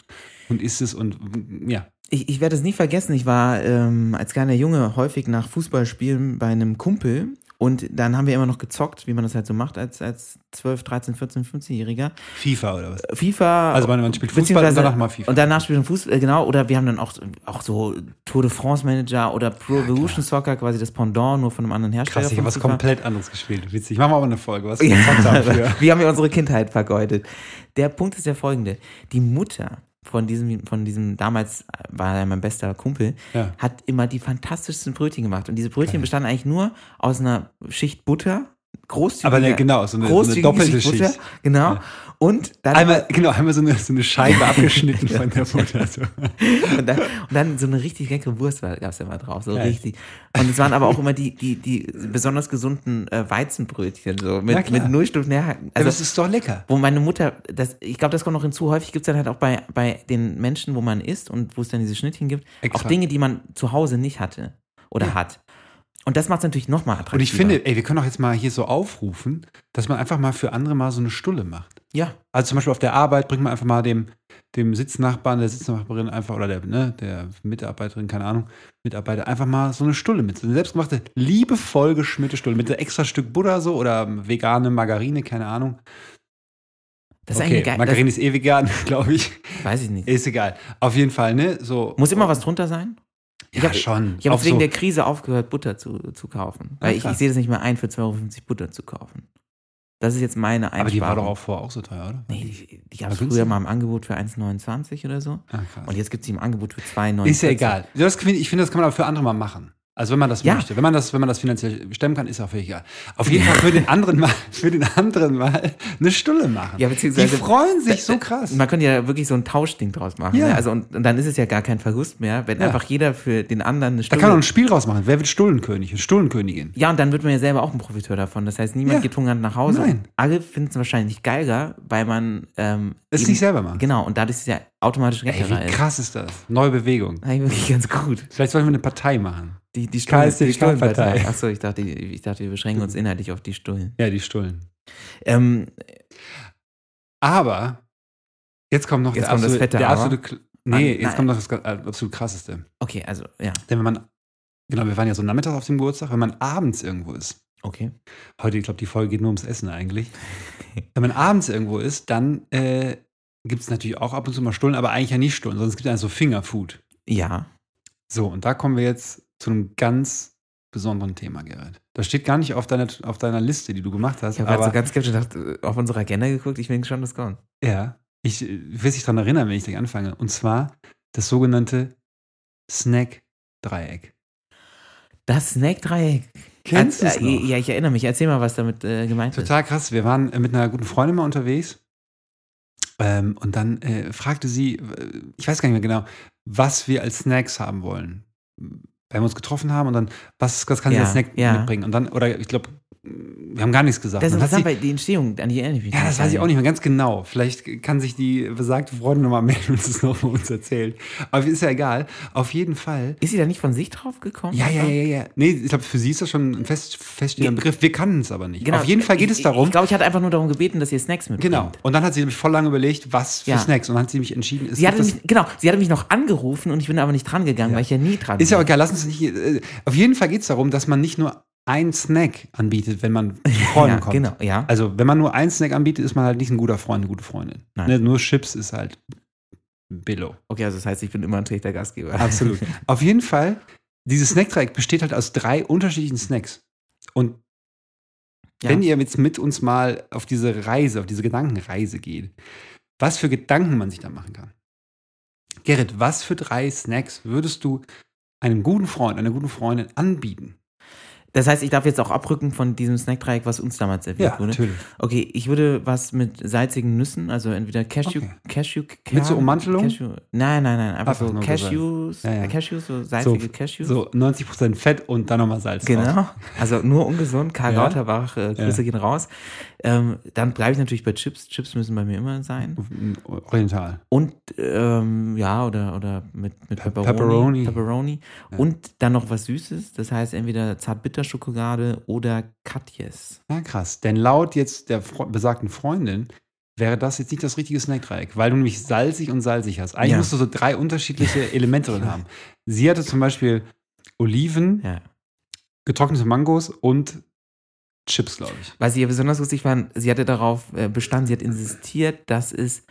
S2: und isst es und mm, ja.
S3: Ich, ich werde es nie vergessen, ich war ähm, als kleiner Junge häufig nach Fußballspielen bei einem Kumpel Und dann haben wir immer noch gezockt, wie man das halt so macht als, als 12, 13, 14, 15-Jähriger.
S2: FIFA oder was?
S3: FIFA.
S2: Also man, man spielt Fußball und
S3: beziehungsweise-
S2: danach mal FIFA.
S3: Und danach spielt man Fußball, äh, genau, oder wir haben dann auch, auch so Tour de France Manager oder Pro Evolution Soccer, quasi das Pendant, nur von einem anderen Hersteller.
S2: Krass, ich
S3: von
S2: habe was
S3: FIFA.
S2: komplett anderes gespielt. Witzig. Machen wir aber eine Folge, was wir gezockt haben. früher.
S3: Wie haben wir unsere Kindheit vergeudet? Der Punkt ist der folgende. Die Mutter von diesem, von diesem damals war er mein bester Kumpel,
S2: Ja.
S3: hat immer die fantastischsten Brötchen gemacht. Und diese Brötchen bestanden eigentlich nur aus einer Schicht Butter, großzügige,
S2: Aber ne, genau, so eine, so eine
S3: großzügige
S2: doppelte
S3: Schicht
S2: Schicht.
S3: Butter, genau. Und dann,
S2: Einmal, genau, einmal so eine, so eine Scheibe abgeschnitten von der Mutter.
S3: Also
S2: So.
S3: und, dann, und dann so eine richtig leckere Wurst gab es immer drauf, so
S2: Geil.
S3: richtig. Und es waren aber auch immer die, die, die besonders gesunden äh, Weizenbrötchen, so
S2: Ja,
S3: mit,
S2: klar.
S3: mit null Stunden Nährhaken.
S2: Ja,
S3: Also,
S2: das ist doch lecker.
S3: wo meine Mutter, das, ich glaube, das kommt noch hinzu, häufig gibt es dann halt auch bei, bei den Menschen, wo man isst und wo es dann diese Schnittchen gibt,
S2: Exakt.
S3: auch Dinge, die man zu Hause nicht hatte oder hat. Und das macht es natürlich nochmal attraktiver.
S2: Und ich finde, ey, wir können auch jetzt mal hier so aufrufen, dass man einfach mal für andere mal so eine Stulle macht.
S3: ja,
S2: Also zum Beispiel auf der Arbeit bringt man einfach mal dem, dem Sitznachbarn, der Sitznachbarin einfach oder der, ne, der Mitarbeiterin, keine Ahnung, Mitarbeiter, einfach mal so eine Stulle mit. So eine selbstgemachte, liebevoll geschmierte Stulle mit einem extra Stück Butter so oder vegane Margarine, keine Ahnung.
S3: das ist
S2: okay,
S3: eigentlich geil.
S2: Margarine ist eh vegan, glaube ich.
S3: Das, weiß ich nicht.
S2: Ist egal. Auf jeden Fall, ne? So,
S3: Muss immer was drunter sein?
S2: ja,
S3: ich hab-
S2: schon.
S3: Ich habe
S2: Auf
S3: deswegen
S2: so-
S3: der Krise aufgehört, Butter zu, zu kaufen.
S2: Na
S3: Weil ich,
S2: klar.
S3: ich sehe das nicht mehr ein, für 2,50 Euro Butter zu kaufen. Das ist jetzt meine Einsparung.
S2: aber die war doch auch vorher auch so teuer, oder?
S3: Nee, die, die gab
S2: War
S3: es früher
S2: günstig? ne?
S3: mal im Angebot für 1,29 oder so.
S2: Ah, krass.
S3: Und jetzt gibt es die im Angebot für 2,49.
S2: Ist ja egal. Das, find- ich finde, das kann man auch für andere mal machen. Also wenn man das
S3: Ja.
S2: möchte, wenn man das, wenn man das finanziell stemmen kann, ist auch völlig egal. Auf jeden Fall für den anderen mal, für den anderen mal eine Stulle machen.
S3: Ja, beziehungsweise-
S2: die freuen sich so krass.
S3: Man könnte ja wirklich so ein Tauschding draus machen.
S2: Ja.
S3: Ne? Also und, und dann ist es ja gar kein Verlust mehr, wenn
S2: Ja.
S3: einfach jeder für den anderen eine
S2: Da
S3: Stunde.
S2: kann man auch ein Spiel draus machen. Wer wird Stullenkönig? Stullenkönigin.
S3: ja, und dann wird man ja selber auch ein Profiteur davon. Das heißt, niemand
S2: Ja.
S3: geht hungernd nach Hause.
S2: Nein.
S3: Alle finden es wahrscheinlich geiler, weil man ähm,
S2: Das
S3: eben-
S2: sich selber machen.
S3: Genau, und dadurch ist es ja automatisch Also,
S2: Ey,
S3: leckerer.
S2: wie
S3: ist.
S2: krass ist das? Neue Bewegung.
S3: Eigentlich wirklich ganz gut.
S2: Vielleicht sollten wir eine Partei machen.
S3: Die, die
S2: KSD Stullenpartei.
S3: Achso, ich dachte, ich dachte, wir beschränken uns inhaltlich auf die Stullen.
S2: Ja, die Stullen.
S3: Ähm,
S2: Aber jetzt kommt noch
S3: Jetzt
S2: der
S3: kommt das
S2: absolute,
S3: fette
S2: der
S3: Aber.
S2: absolute Kl- Nee,
S3: Nein,
S2: jetzt
S3: nein.
S2: kommt noch das Ga- äh, absolut krasseste.
S3: okay, also, ja,
S2: Denn wenn man, genau, wir waren ja so nachmittags auf dem Geburtstag, wenn man abends irgendwo ist,
S3: okay.
S2: Heute, ich glaube, die Folge geht nur ums Essen eigentlich. Wenn man abends irgendwo ist, dann äh, gibt es natürlich auch ab und zu mal Stullen, aber eigentlich ja nicht Stullen, sondern es gibt ja so Fingerfood.
S3: Ja.
S2: So, und da kommen wir jetzt zu einem ganz besonderen Thema, Gerrit. Das steht gar nicht auf deiner, auf deiner Liste, die du gemacht hast.
S3: Ich habe
S2: aber
S3: gerade so ganz skeptisch gedacht, äh, auf unsere Agenda geguckt, ich bin schon das kommt.
S2: ja, ich äh, will dich daran erinnern, wenn ich gleich anfange. Und zwar das sogenannte Snack-Dreieck.
S3: Das Snack-Dreieck.
S2: Kennst du
S3: Erz-
S2: es noch?
S3: äh, Ja, ich erinnere mich. Erzähl mal, was damit äh, gemeint
S2: Total krass. Wir waren äh, mit einer guten Freundin mal unterwegs. Ähm, und dann äh, fragte sie, äh, ich weiß gar nicht mehr genau, was wir als Snacks haben wollen. Weil wir uns getroffen haben und dann, was, was kann sie
S3: Ja,
S2: als Snack
S3: ja.
S2: mitbringen? Und dann, oder ich glaube, wir haben gar nichts gesagt.
S3: ist. Das ist
S2: Und dann hat
S3: interessant,
S2: sie,
S3: weil die Entstehung, an die erinnere ich mich
S2: ja, das
S3: gar
S2: weiß ich
S3: nicht.
S2: auch nicht mehr ganz genau. Vielleicht kann sich die besagte Freundin nochmal melden und es nochmal uns erzählen. Aber ist ja egal. Auf jeden Fall.
S3: Ist sie da nicht von sich drauf gekommen?
S2: Ja, ja, ja, ja. Nee, ich glaube, für sie ist das schon ein fest, feststehender Begriff. Wir kannten es aber nicht.
S3: Genau.
S2: Auf jeden Fall geht
S3: Ich-
S2: es darum,
S3: Ich, ich glaube, ich hatte einfach nur darum gebeten, dass ihr Snacks mitbringt.
S2: Genau. Und dann hat sie nämlich voll lange überlegt, was für
S3: Ja.
S2: Snacks. Und dann hat sie mich entschieden, es
S3: Sie
S2: gibt
S3: hatte
S2: das,
S3: mich, genau, sie hatte mich noch angerufen und ich bin aber nicht dran gegangen,
S2: Ja.
S3: weil ich ja nie dran
S2: ist ja auch
S3: bin.
S2: egal, lass uns nicht. Äh, auf jeden Fall geht es darum, dass man nicht nur einen Snack anbietet, wenn man zu Freunden
S3: ja,
S2: kommt.
S3: Genau, ja.
S2: Also, wenn man nur einen Snack anbietet, ist man halt nicht ein guter Freund, eine gute Freundin.
S3: Nein.
S2: Ne, nur Chips ist halt Billo.
S3: Okay, also das heißt, ich bin immer ein schlechter Gastgeber.
S2: Absolut. auf jeden Fall, dieses Snackdreieck besteht halt aus drei unterschiedlichen Snacks. Und
S3: Ja.
S2: wenn ihr jetzt mit uns mal auf diese Reise, auf diese Gedankenreise geht, was für Gedanken man sich da machen kann. Gerrit, was für drei Snacks würdest du einem guten Freund, einer guten Freundin anbieten?
S3: Das heißt, ich darf jetzt auch abrücken von diesem Snackdreieck, was uns damals serviert wurde.
S2: natürlich.
S3: Okay, ich würde was mit salzigen Nüssen, also entweder Cashew,
S2: Okay.
S3: Cashew,
S2: Mit so Ummantelung?
S3: Cashew, nein, nein, nein, einfach,
S2: Einfach
S3: so
S2: nur
S3: Cashews,
S2: Ja, ja.
S3: äh, Cashews, so salzige Cashews.
S2: So 90% Fett und dann nochmal Salz. drauf.
S3: Genau, also nur ungesund. Karl
S2: Ja.
S3: Lauterbach, äh, Grüße gehen raus. Ähm, dann bleibe ich natürlich bei Chips. Chips müssen bei mir immer sein.
S2: Oriental.
S3: Und ähm, ja, oder, oder mit, mit
S2: Pe-
S3: Pepperoni.
S2: Pepperoni.
S3: Pepperoni. Und dann noch was Süßes, das heißt entweder Zartbitterschokolade oder Katjes.
S2: Na krass. Denn laut jetzt der Fre besagten Freundin wäre das jetzt nicht das richtige Snackdreieck, weil du nämlich salzig und salzig hast. Eigentlich
S3: Ja.
S2: musst du so drei unterschiedliche Elemente drin haben. Sie hatte zum Beispiel Oliven,
S3: Ja.
S2: getrocknete Mangos und Chips, glaube ich.
S3: Was ihr besonders lustig fand, sie hatte darauf äh, bestanden, sie hat insistiert, dass es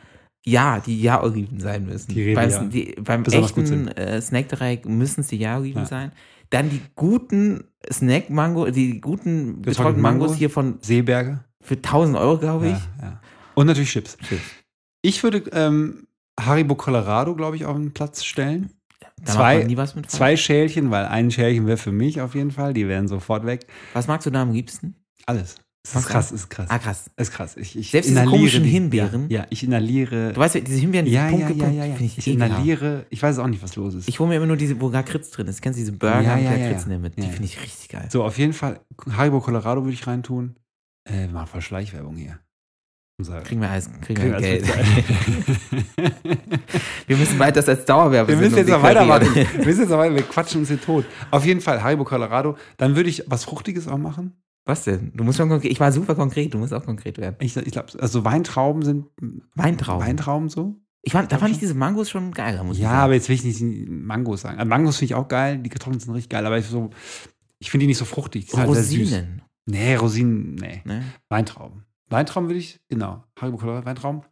S3: ja die Ja-Oliven sein müssen.
S2: Die Rewe,
S3: beim
S2: ja.
S3: die, beim
S2: Besonders gut
S3: echten
S2: sind.
S3: äh, Snackdreieck müssen es die Ja-Oliven
S2: Ja.
S3: sein. Dann die guten Snack-Mango, die guten getrockneten Mangos
S2: Mango.
S3: hier von
S2: Seeberger.
S3: für 1000 Euro, glaube ich.
S2: Ja, ja. Und natürlich Chips. Ich würde ähm, Haribo Colorado, glaube ich, auf den Platz stellen.
S3: Da
S2: Zwei-
S3: macht man nie was mit.
S2: Zwei Schälchen, weil ein Schälchen wäre für mich auf jeden Fall. Die wären sofort weg.
S3: Was magst du da am liebsten?
S2: Alles. Es ist
S3: Okay.
S2: krass, ist krass.
S3: Ah, krass.
S2: Ist krass. Ich, ich
S3: Selbst diese
S2: inhaliere
S3: komischen
S2: die-
S3: Himbeeren?
S2: Ja, ja, ich inhaliere.
S3: Du weißt, ja, diese Himbeeren,
S2: ja,
S3: diese
S2: ja, ja, ja, ja.
S3: finde ich,
S2: Ich
S3: ekelhaft.
S2: inhaliere. Ich weiß auch nicht, was los ist.
S3: Ich hole mir immer nur diese, wo gar Kritz drin ist. Kennst du diese Burger
S2: Ja,
S3: mit
S2: ja,
S3: der
S2: ja,
S3: Kritz in
S2: ja.
S3: der Mitte? Die
S2: Ja, ja.
S3: finde ich richtig geil.
S2: so, auf jeden Fall. Haribo Colorado würde ich reintun. Äh, wir machen voll Schleichwerbung hier. Unser
S3: Kriegen wir Eis, kriegen
S2: Kriegen
S3: wir
S2: wir
S3: Geld.
S2: als Bezahlt.
S3: wir müssen weiter das als Dauerwerbe.
S2: Wir müssen jetzt noch weitermachen. Wir müssen jetzt noch weiter, wir quatschen uns hier tot. Auf jeden Fall Haribo Colorado. Dann würde ich was Fruchtiges auch machen.
S3: Was denn? Du musst schon konkret. Ich war super konkret, du musst auch konkret werden.
S2: Ich, ich glaube, also Weintrauben sind
S3: Weintrauben.
S2: Weintrauben so.
S3: Ich fand, da fand ich diese Mangos schon geiler, muss
S2: Ja,
S3: ich sagen.
S2: aber jetzt will ich nicht die Mangos sagen. Also Mangos finde ich auch geil, die Kartoffeln sind richtig geil, aber ich, so, ich finde die nicht so fruchtig. Die sind halt sehr süß.
S3: Rosinen.
S2: Nee, Rosinen, nee.
S3: Ne?
S2: Weintrauben. Weintrauben würde ich, genau. Haribo Colorado, Weintrauben.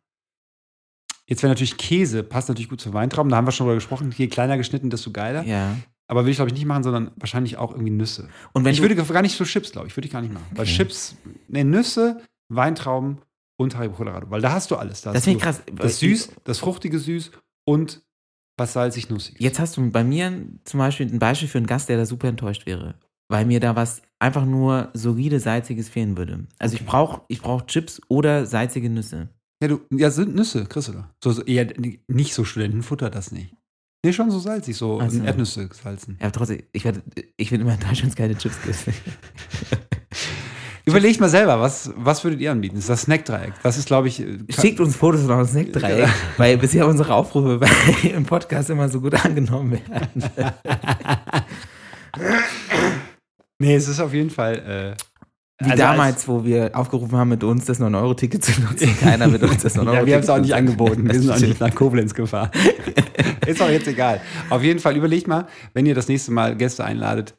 S2: Jetzt wäre natürlich Käse, passt natürlich gut zu Weintrauben, da haben wir schon drüber gesprochen. Je kleiner geschnitten, desto geiler.
S3: Ja.
S2: Aber würde ich, glaube ich, nicht machen, sondern wahrscheinlich auch irgendwie Nüsse.
S3: Und wenn
S2: ich
S3: du-
S2: würde gar nicht so Chips, glaube ich, würde ich gar nicht machen. Weil
S3: Okay.
S2: Chips, nee, Nüsse, Weintrauben und Haribo Colorado. Weil da hast du alles. Da
S3: das
S2: hast
S3: finde ich krass.
S2: du das süß, das fruchtige süß und was salzig nussig.
S3: Jetzt hast du bei mir zum Beispiel ein Beispiel für einen Gast, der da super enttäuscht wäre. Weil mir da was einfach nur solide Salziges fehlen würde. Also ich brauche ich brauch Chips oder salzige Nüsse.
S2: Ja, du, ja, sind Nüsse, kriegst du da. So, so, ja, n- nicht so Studentenfutter, das nicht. Nee, schon so salzig, so
S3: Also.
S2: Erdnüsse salzen.
S3: Ja, aber trotzdem, ich werde ich werd immer enttäuscht, wenn es keine Chips gibt.
S2: Überlegt mal selber, was, was würdet ihr anbieten? Das ist das Snackdreieck. Das ist, glaube ich. äh,
S3: Schickt uns Fotos von eurem Snackdreieck, weil bisher unsere Aufrufe bei, im Podcast immer so gut angenommen werden.
S2: Nee, es ist auf jeden Fall. Äh,
S3: Wie
S2: also als-
S3: damals, wo wir aufgerufen haben, mit uns das 9-Euro-Ticket zu nutzen. Keiner mit uns das 9 euro
S2: Ja, wir haben es auch nicht angeboten. Wir sind auch nicht nach Koblenz gefahren. Ist auch jetzt egal. Auf jeden Fall überlegt mal, wenn ihr das nächste Mal Gäste einladet,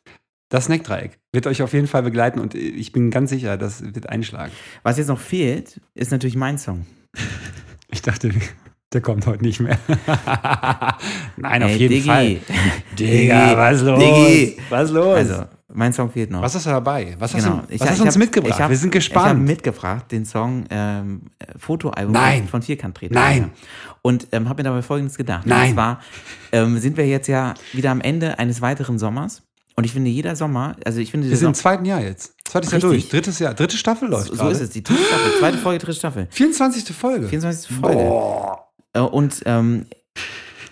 S2: das Snackdreieck wird euch auf jeden Fall begleiten und äh, ich bin ganz sicher, das wird einschlagen.
S3: Was jetzt noch fehlt, ist natürlich mein Song.
S2: Ich dachte, der kommt heute nicht mehr. Nein, auf
S3: Ey,
S2: jeden
S3: Diggi.
S2: Fall.
S3: Diggi, Diggi.
S2: Was los?
S3: Also, mein Song fehlt noch.
S2: was hast du dabei? Was hast
S3: Genau.
S2: du, was
S3: Ich-
S2: hast
S3: ich
S2: du uns
S3: hab-
S2: mitgebracht?
S3: ich hab-
S2: Wir sind
S3: Ich habe
S2: gespannt.
S3: mitgebracht den Song ähm, äh, Fotoalbum
S2: Nein.
S3: von Vierkanttreter.
S2: Nein.
S3: Und ähm, habe mir dabei Folgendes gedacht.
S2: Nein.
S3: Und zwar ähm, sind wir jetzt ja wieder am Ende eines weiteren Sommers. Und ich finde, jeder Sommer, also ich finde,
S2: Wir
S3: der
S2: sind im
S3: Som-
S2: zweiten Jahr jetzt. Zweites Jahr
S3: Richtig.
S2: durch. Drittes Jahr. Dritte Staffel läuft
S3: so, so
S2: gerade.
S3: ist es, die dritte Staffel, zweite Folge, dritte Staffel.
S2: 24. Folge.
S3: 24. Folge.
S2: Boah.
S3: Äh, Und ähm,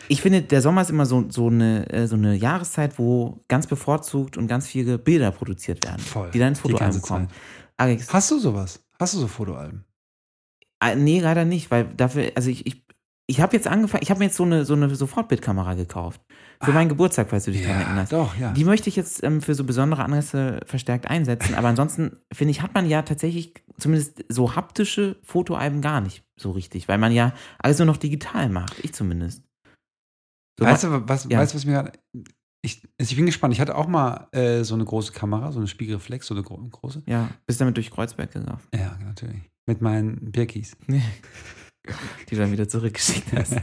S3: ich finde, der Sommer ist immer so, so, eine, äh, so eine Jahreszeit, wo ganz bevorzugt und ganz viele Bilder produziert werden,
S2: Voll.
S3: die dann ins
S2: Die
S3: Fotoalbum
S2: ganze
S3: kommen. Alex,
S2: Hast du sowas? Hast du so Fotoalben?
S3: Ah, Nee, leider nicht, weil dafür, also ich, ich, ich habe jetzt angefangen, ich habe mir jetzt so eine, so eine Sofortbildkamera gekauft. Für meinen Geburtstag, falls du dich daran erinnerst.
S2: doch, Ah, ja.
S3: Die möchte ich jetzt ähm, für so besondere Anlässe verstärkt einsetzen, aber ansonsten finde ich, hat man ja tatsächlich zumindest so haptische Fotoalben gar nicht so richtig, weil man ja alles nur noch digital macht, ich zumindest. So,
S2: weißt du, was,
S3: Ja.
S2: weißt, du, was mir gerade. Ich, also ich bin gespannt. Ich hatte auch mal äh, so eine große Kamera, so eine Spiegelreflex, so eine gro große.
S3: ja, bist damit durch Kreuzberg gelaufen,
S2: Ja, natürlich. Mit meinen Birkis.
S3: die du dann wieder zurückgeschickt hast.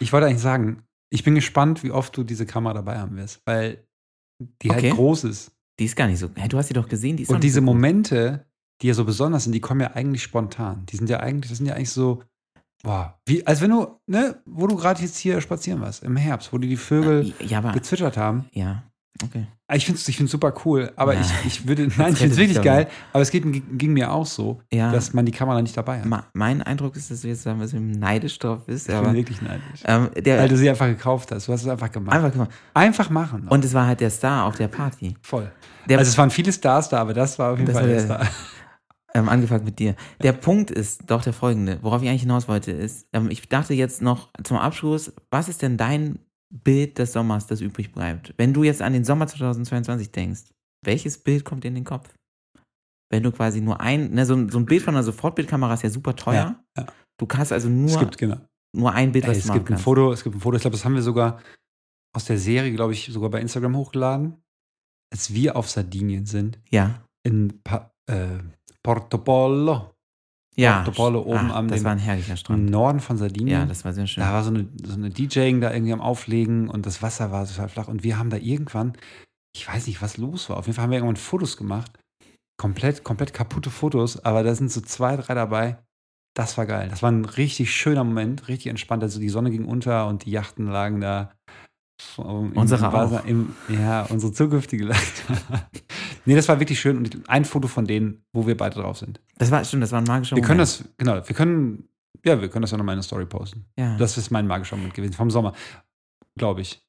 S2: ich wollte eigentlich sagen, ich bin gespannt, wie oft du diese Kamera dabei haben wirst, weil die
S3: Okay.
S2: halt groß ist.
S3: Die ist gar nicht so, hä, du hast die doch gesehen, die ist doch
S2: Und
S3: nicht
S2: diese
S3: so groß.
S2: Momente, die ja so besonders sind, die kommen ja eigentlich spontan. Die sind ja eigentlich, das sind ja eigentlich so, boah, wie, als wenn du, ne, wo du gerade jetzt hier spazieren warst, im Herbst, wo die, die Vögel
S3: Ja, aber,
S2: gezwitschert haben. Ah,
S3: ja, okay.
S2: Ich finde es ich find's super cool, aber
S3: Nein.
S2: ich, ich würde, nein, ich finde es
S3: hätte ich
S2: wirklich
S3: aber-
S2: geil, aber es geht, ging mir auch so,
S3: Ja.
S2: dass man die Kamera nicht dabei hat.
S3: Ma- Mein Eindruck ist, dass du jetzt sagen, dass du neidisch drauf bist,
S2: Ich bin
S3: aber
S2: wirklich neidisch.
S3: ähm, der
S2: Weil du sie einfach gekauft hast. Du hast es einfach gemacht.
S3: einfach gemacht.
S2: Einfach machen.
S3: Und es war halt der Star auf der Party.
S2: voll.
S3: Der,
S2: also es waren viele Stars da, aber das war auf jeden
S3: Das
S2: Fall
S3: war
S2: der
S3: der-
S2: Star.
S3: ähm, angefangen mit dir. Der Punkt ist doch der folgende, worauf ich eigentlich hinaus wollte, ist, ähm, ich dachte jetzt noch zum Abschluss, was ist denn dein Bild des Sommers, das übrig bleibt? Wenn du jetzt an den Sommer 2022 denkst, welches Bild kommt dir in den Kopf? Wenn du quasi nur ein, ne, so, ein- so ein Bild von einer Sofortbildkamera ist ja super teuer.
S2: Ja, ja.
S3: Du kannst also nur,
S2: Es gibt, genau.
S3: nur ein Bild,
S2: Ey,
S3: was
S2: es
S3: du machen
S2: gibt ein
S3: kannst.
S2: Foto, es gibt ein Foto, ich glaube, das haben wir sogar aus der Serie, glaube ich, sogar bei Instagram hochgeladen, als wir auf Sardinien sind.
S3: Ja.
S2: in pa äh, Portopolo,
S3: Ja.
S2: Portopolo oben
S3: Ach,
S2: am
S3: das
S2: dem-
S3: war ein herrlicher
S2: im
S3: Strand.
S2: Norden von Sardinien.
S3: Ja, das war sehr schön.
S2: Da war so eine, so eine DJing da irgendwie am Auflegen und das Wasser war total flach. Und wir haben da irgendwann, ich weiß nicht, was los war. Auf jeden Fall haben wir irgendwann Fotos gemacht. Komplett, komplett kaputte Fotos, aber da sind so zwei, drei dabei. Das war geil. Das war ein richtig schöner Moment, richtig entspannt. Also die Sonne ging unter und die Yachten lagen da. ähm, im
S3: Unsere auch.
S2: Wasser, Im, ja, unsere zukünftige Yacht. nee, das war wirklich schön. Und ein Foto von denen, wo wir beide drauf sind.
S3: das war stimmt, das war ein magischer
S2: Wir können
S3: Moment.
S2: das, genau, wir können, ja, wir können das ja nochmal in eine Story posten.
S3: Ja.
S2: Das ist mein magischer Moment gewesen vom Sommer, glaube ich.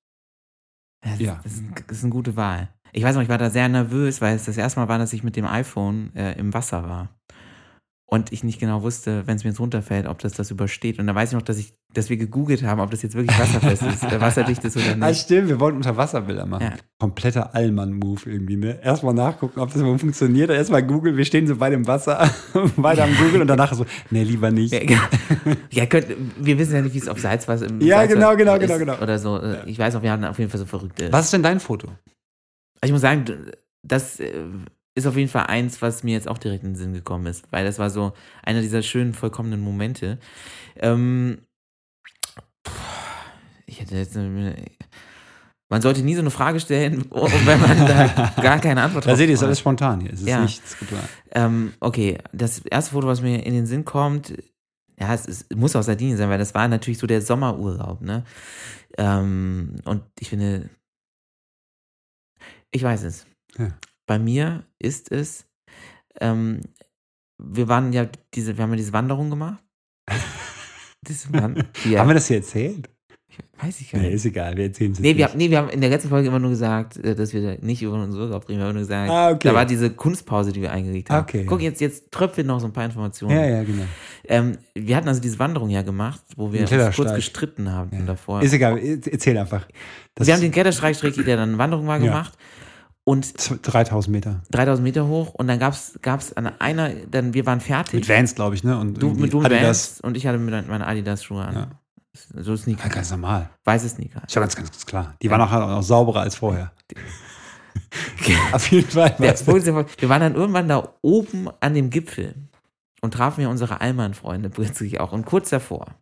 S3: Das,
S2: Ja.
S3: das, ist, das ist eine gute Wahl. Ich weiß noch, ich war da sehr nervös, weil es das erste Mal war, dass ich mit dem iPhone äh, im Wasser war. Und ich nicht genau wusste, wenn es mir jetzt runterfällt, ob das das übersteht. Und da weiß ich noch, dass, ich, dass wir gegoogelt haben, ob das jetzt wirklich wasserfest ist, äh, wasserdicht ist oder
S2: Ah,
S3: nicht.
S2: stimmt, wir wollten Unterwasserbilder machen.
S3: Ja.
S2: Kompletter Allmann-Move irgendwie, ne? Erstmal nachgucken, ob das überhaupt funktioniert. Erstmal Google, wir stehen so bei dem Wasser, beide am Google und danach so, nee, lieber nicht.
S3: Ja, ja könnt, wir wissen ja nicht, wie es auf Salzwasser im
S2: Ja,
S3: Salzwasser
S2: genau, genau,
S3: ist
S2: genau, genau.
S3: Oder so. Äh, Ich weiß auch, wir hatten auf jeden Fall so verrückte.
S2: Was ist denn dein Foto?
S3: Also ich muss sagen, d- das äh, ist auf jeden Fall eins, was mir jetzt auch direkt in den Sinn gekommen ist, weil das war so einer dieser schönen, vollkommenen Momente. Ähm, puh, ich hätte jetzt. äh, Man sollte nie so eine Frage stellen, wenn man da gar keine Antwort
S2: Da
S3: drauf
S2: seht ihr, es ist
S3: hat.
S2: alles spontan hier. Es ist
S3: Ja.
S2: nichts geplant.
S3: Ähm, okay, das erste Foto, was mir in den Sinn kommt, ja, es, ist, muss aus Sardinien sein, weil das war natürlich so der Sommerurlaub, ne? Ähm, und ich finde, ich weiß es.
S2: Ja.
S3: Bei mir ist es, ähm, wir waren ja diese, wir haben ja diese Wanderung gemacht. diese Wan ja,
S2: Haben wir das hier erzählt?
S3: weiß ich gar
S2: Nee,
S3: nicht.
S2: ist egal, wir erzählen es jetzt
S3: Nee wir,
S2: nicht.
S3: haben, nee, wir haben in der letzten Folge immer nur gesagt, äh, dass wir da nicht über unseren Urlaub reden, wir haben nur gesagt,
S2: Ah, okay.
S3: da war diese Kunstpause, die wir eingelegt haben.
S2: Okay.
S3: Guck, jetzt, jetzt tröpfeln noch so ein paar Informationen.
S2: ja, ja, genau.
S3: Ähm, wir hatten also diese Wanderung ja gemacht, wo wir
S2: Den
S3: uns
S2: Klettersteig.
S3: kurz gestritten haben
S2: Ja.
S3: davor. Also
S2: Ist egal, erzähl einfach. Das
S3: wir haben den Kletterstreik, der dann eine Wanderung war,
S2: Ja.
S3: gemacht. Und
S2: ist 3000 Meter.
S3: 3000 Meter hoch. Und dann gab's gab's an einer, dann wir waren fertig.
S2: Mit Vans, glaube ich, ne? Und
S3: du
S2: irgendwie
S3: mit du mit
S2: Adidas.
S3: Vans und ich hatte mit meine Adidas-Schuhe an.
S2: Ja.
S3: So
S2: Ja,
S3: Sneaker,
S2: ganz normal.
S3: weiße Sneaker.
S2: Ist ja ganz, ganz, ganz klar. Die waren auch, auch sauberer als vorher. Auf jeden Fall.
S3: Der
S2: weißt du.
S3: Punkt ist einfach, wir waren dann irgendwann da oben an dem Gipfel und trafen ja unsere Allmann-Freunde plötzlich auch. Und kurz davor,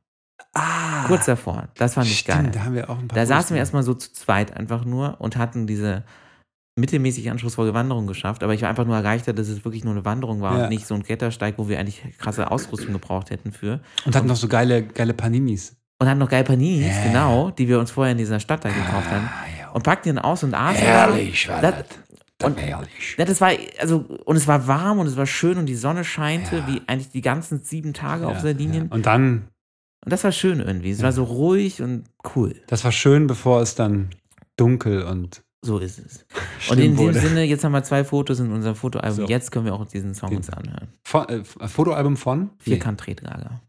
S2: Ah,
S3: kurz davor, das fand ich
S2: stimmt,
S3: geil.
S2: da haben wir auch ein paar.
S3: Da
S2: Fotos
S3: saßen wir
S2: gemacht.
S3: erstmal so zu zweit einfach nur und hatten diese mittelmäßig anspruchsvolle Wanderung geschafft. Aber ich war einfach nur erleichtert, dass es wirklich nur eine Wanderung war
S2: Ja.
S3: und nicht so ein Klettersteig, wo wir eigentlich krasse Ausrüstung gebraucht hätten für.
S2: Und hatten noch so geile, geile Paninis.
S3: Und hatten noch geil Paninis,
S2: Ja.
S3: genau, die wir uns vorher in dieser Stadt da gekauft haben.
S2: ja.
S3: Und packten ihn aus und aßen.
S2: war
S3: das-
S2: Das
S3: und-
S2: war herrlich.
S3: Ja, das war, also, und es war warm und es war schön und die Sonne scheinte, wie eigentlich die ganzen sieben Tage auf
S2: Ja,
S3: Sardinien.
S2: ja. Und dann,
S3: Und das war schön irgendwie. Es war so ruhig und cool.
S2: das war schön, bevor es dann dunkel und
S3: So ist es. Und in
S2: schlimm
S3: diesem
S2: wurde.
S3: Sinne, jetzt haben wir zwei Fotos in unserem Fotoalbum.
S2: So.
S3: Jetzt können wir auch diesen Song
S2: Den-
S3: uns anhören.
S2: Fo äh, Fotoalbum von?
S3: Vierkant-Tretlager.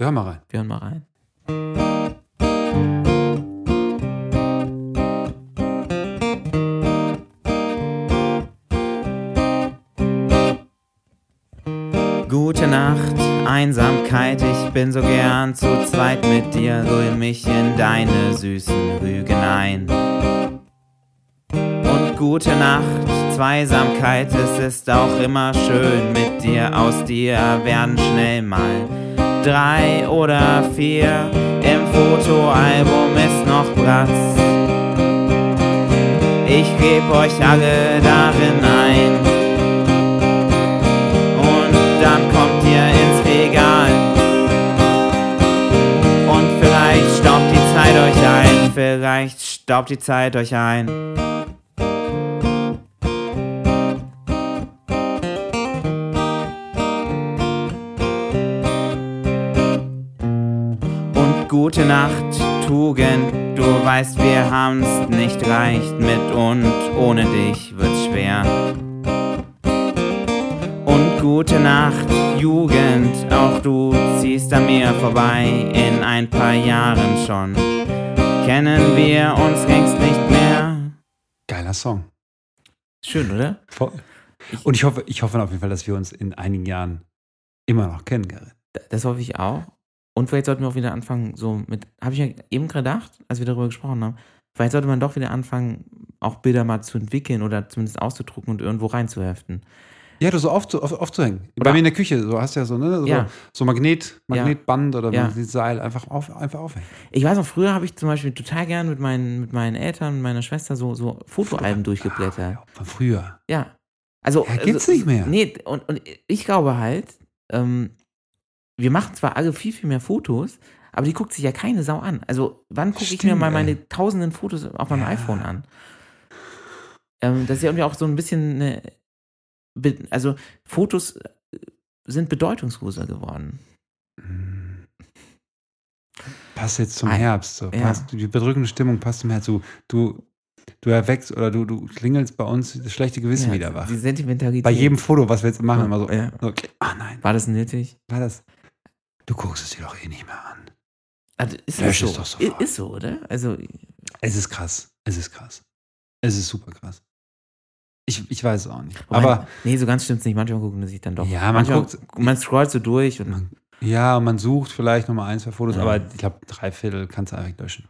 S2: Hör mal rein.
S3: Wir hören mal rein. Gute Nacht, Einsamkeit, ich bin so gern zu zweit mit dir, lull mich in deine süßen Rügen ein. Und gute Nacht, Zweisamkeit, es ist auch immer schön mit dir, aus dir werden schnell mal drei oder vier, im Fotoalbum ist noch Platz. Ich geb euch alle darin ein. Und dann kommt ihr ins Regal. Und vielleicht staubt die Zeit euch ein. Vielleicht staubt die Zeit euch ein. und gute Nacht, Tugend. Du weißt, wir haben's nicht leicht mit und ohne dich wird's schwer. Und gute Nacht, Jugend. Auch du ziehst an mir vorbei in ein paar Jahren schon. Kennen wir uns längst nicht mehr.
S2: Geiler Song.
S3: Schön, oder?
S2: Voll. Und ich hoffe, ich hoffe auf jeden Fall, dass wir uns in einigen Jahren immer noch kennen, Gerrit.
S3: Das hoffe ich auch. Und vielleicht sollten wir auch wieder anfangen, so mit, habe ich ja eben gedacht, als wir darüber gesprochen haben, Vielleicht sollte man doch wieder anfangen, auch Bilder mal zu entwickeln oder zumindest auszudrucken und irgendwo reinzuheften.
S2: Ja, du so aufzu, auf, aufzuhängen. Bei
S3: Oder-
S2: mir in der Küche, so hast du ja so, ne? So,
S3: Ja.
S2: so Magnet,
S3: Ja.
S2: Magnetband oder
S3: Ja.
S2: Magnetseil, einfach, auf, einfach aufhängen.
S3: Ich weiß noch, früher habe ich zum Beispiel total gern mit meinen, mit meinen Eltern, mit meiner Schwester so, so Fotoalben durchgeblättert.
S2: Ja, von früher.
S3: Ja. Also.
S2: Ah. Ja, gibt's
S3: also,
S2: nicht mehr.
S3: Nee, und, und ich glaube halt, ähm, wir machen zwar alle viel, viel mehr Fotos, aber die guckt sich ja keine Sau an. Also, wann gucke ich mir
S2: Stimmt,
S3: mal
S2: ey.
S3: meine tausenden Fotos auf meinem
S2: Ja.
S3: iPhone an? Ähm, das ist ja irgendwie auch so ein bisschen eine. Be- Also, Fotos äh, sind bedeutungsloser geworden.
S2: Hm. Passt jetzt zum
S3: Ei-
S2: Herbst. So.
S3: Ja.
S2: Passt, die bedrückende Stimmung passt zum Herbst. Du, du, du erweckst oder du, du klingelst bei uns das schlechte Gewissen
S3: ja,
S2: wieder wach.
S3: Die Sentimentalität.
S2: Bei jedem Foto, was wir jetzt machen,
S3: Ja.
S2: immer so,
S3: Ja.
S2: so okay. ah nein,
S3: War das nötig?
S2: war das. Du guckst es dir doch eh nicht mehr an.
S3: Also, ist das
S2: Lösch
S3: so?
S2: es doch
S3: I-
S2: sofort.
S3: Ist so, oder? Also,
S2: Es ist krass. Es ist krass. Es ist super krass. Ich, ich weiß es auch nicht.
S3: wobei-
S2: Aber
S3: Nee, so ganz stimmt's nicht. Manchmal gucken sie sich dann doch.
S2: Ja, man
S3: Manchmal,
S2: guckt-
S3: Man scrollt so durch und.
S2: Man- ja, man sucht vielleicht nochmal ein, zwei Fotos,
S3: Ja.
S2: aber ich glaube, drei Viertel kannst du einfach löschen.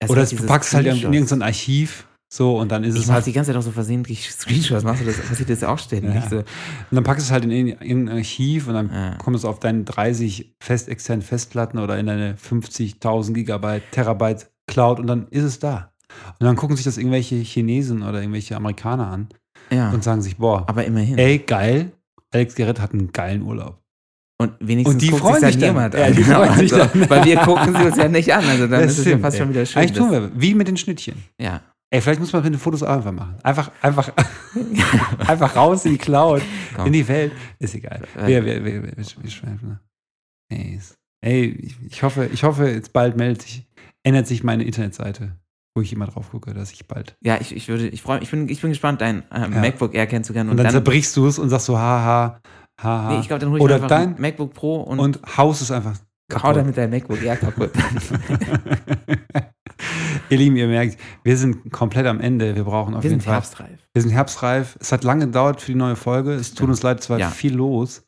S3: Es
S2: Oder
S3: gibt
S2: du
S3: dieses
S2: packst halt in
S3: Screenshot.
S2: irgendein Archiv so und dann ist
S3: Ich
S2: es
S3: mach
S2: halt
S3: die ganze Zeit auch so versehentlich Screenshots. Machst du das, passiert das auch ständig?
S2: Ja.
S3: So,
S2: Und dann packst du es halt in irgendein- irgendein Archiv und dann
S3: Ja.
S2: kommt es auf deine 30 fest externen Festplatten oder in deine 50.000 Gigabyte, Terabyte Cloud und dann ist es da. Und dann gucken sich das irgendwelche Chinesen oder irgendwelche Amerikaner an
S3: ja.
S2: und sagen sich, boah,
S3: aber immerhin.
S2: ey, geil, Alex Gerrit hat einen geilen Urlaub.
S3: und wenigstens
S2: und die
S3: guckt
S2: freuen
S3: sich dann
S2: sich dann.
S3: niemand
S2: Ja,
S3: an. Also,
S2: die freuen sich dann.
S3: Weil wir gucken sie uns ja nicht an. Also dann ist es ja
S2: stimmt,
S3: fast
S2: ey.
S3: schon wieder schön.
S2: Eigentlich tun wir, wie mit den Schnittchen.
S3: das- Ja.
S2: Ey, vielleicht muss man mit den Fotos auch einfach machen. Einfach, einfach, einfach raus in die Cloud,
S3: Komm.
S2: in die Welt. Ist egal.
S3: Äh,
S2: Wir, wir, wir, wir, wir schweifen. ab. Ey, ist- ey ich, ich hoffe, ich hoffe, jetzt bald meldet sich, ändert sich meine Internetseite, wo ich immer drauf gucke, dass ich bald.
S3: Ja, ich, ich würde, ich freue mich, ich bin, ich bin gespannt, dein ähm,
S2: Ja.
S3: MacBook Air kennenzulernen.
S2: Und, dann, zerbrichst du es und sagst so, haha, haha.
S3: nee, ich glaube, dann hole ich
S2: Oder
S3: mir einfach
S2: dein-
S3: ein MacBook Pro und,
S2: und haust es einfach
S3: hau
S2: kaputt.
S3: damit dein MacBook Air kaputt.
S2: ihr Lieben, ihr merkt, wir sind komplett am Ende. Wir brauchen auf
S3: wir
S2: jeden
S3: sind
S2: Fall.
S3: herbstreif.
S2: Wir sind herbstreif. Es hat lange gedauert für die neue Folge. Es tut uns leid, es war
S3: Ja.
S2: viel los.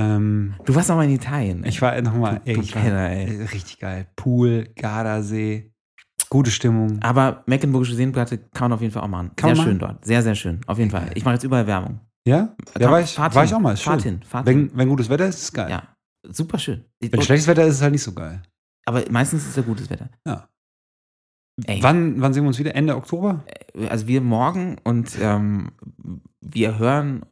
S2: Ähm,
S3: Du warst nochmal in Italien.
S2: Ich war nochmal,
S3: Du-
S2: ey,
S3: du
S2: ich war,
S3: Penner, ey.
S2: ey, richtig geil. Pool, Gardasee, gute Stimmung.
S3: Aber Mecklenburgische Seenplatte kann man auf jeden Fall auch machen.
S2: Kann
S3: sehr
S2: man
S3: schön dort. Sehr, sehr schön. Auf jeden Fall. Ich mache jetzt überall Werbung.
S2: Ja? Da war ich,
S3: Fahrt
S2: war
S3: hin.
S2: ich auch mal. Ist
S3: Fahrt
S2: Schön.
S3: hin, Fahrt hin.
S2: Wenn, wenn gutes Wetter ist, ist es geil.
S3: Ja, super schön.
S2: Wenn
S3: Und-
S2: schlechtes Wetter ist, ist es halt nicht so geil.
S3: aber meistens ist ja gutes Wetter.
S2: Ja.
S3: Ey,
S2: Wann, wann sehen wir uns wieder? Ende Oktober?
S3: also wir morgen und ähm, wir hören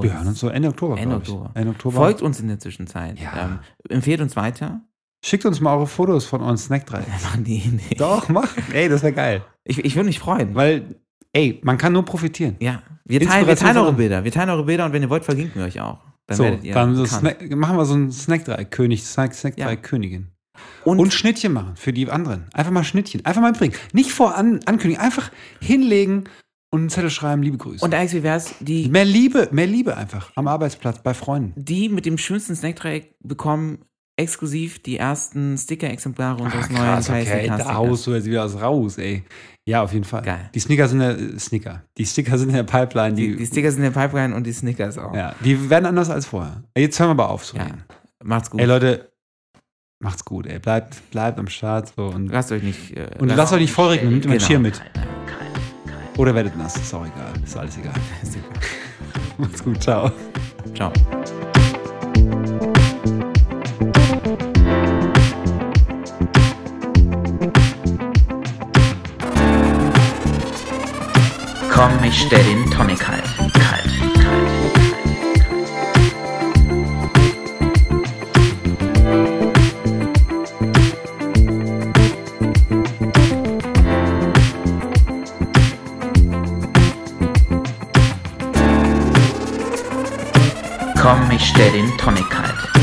S2: Wir hören uns so Ende Oktober.
S3: Ende
S2: glaub ich.
S3: Oktober.
S2: Ende Oktober.
S3: Folgt uns in der Zwischenzeit.
S2: Ja.
S3: Ähm, empfehlt uns weiter.
S2: Schickt uns mal eure Fotos von euren Snackdreieck.
S3: Wir machen die nicht.
S2: Doch, mach. Ey, das wäre geil.
S3: Ich, ich würde mich freuen.
S2: Weil, ey, man kann nur profitieren.
S3: ja, wir teilen, wir
S2: Inspiration
S3: teilen
S2: von
S3: eure
S2: uns.
S3: Bilder. Wir teilen eure Bilder und wenn ihr wollt, verlinken wir euch auch.
S2: so, dann so
S3: bekannt.
S2: Snack, machen wir so ein Snackdreieck, König, Snack, Snackdreieck, Königin.
S3: und,
S2: Und, Schnittchen machen für die anderen. Einfach mal Schnittchen. Einfach mal mitbringen. Nicht voran ankündigen. Einfach hinlegen und einen Zettel schreiben, liebe Grüße.
S3: und Alex, wie wär's, die,
S2: mehr Liebe, mehr Liebe einfach am Arbeitsplatz, bei Freunden.
S3: die mit dem schönsten Snackdreieck bekommen exklusiv die ersten Sticker-Exemplare unseres neuen
S2: Ah, okay,
S3: Cast-
S2: da haust du jetzt wieder was raus, ey. Ja, auf jeden Fall.
S3: Geil.
S2: Die Sneaker sind der äh, Sneaker. Die Sticker sind in der Pipeline. Die, genau.
S3: Die, die Sticker sind in der Pipeline und die Snickers auch.
S2: ja, die werden anders als vorher. Jetzt hören wir aber auf zu
S3: Ja,
S2: reden.
S3: Macht's gut.
S2: Ey, Leute, macht's gut, ey. Bleibt, bleibt am Start so und,
S3: lasst euch nicht. Äh,
S2: und lasst euch nicht vollregnen. Nehmt immer einen
S3: Genau.
S2: Schirm mit.
S1: Kalt, kalt.
S2: Oder werdet nass. Ist auch egal. Ist alles egal. macht's gut. Ciao.
S3: Ciao.
S1: Komm, ich stell den Tonic kalt. Kalt, kalt, kalt, kalt. Komm, ich stell den Tonic kalt.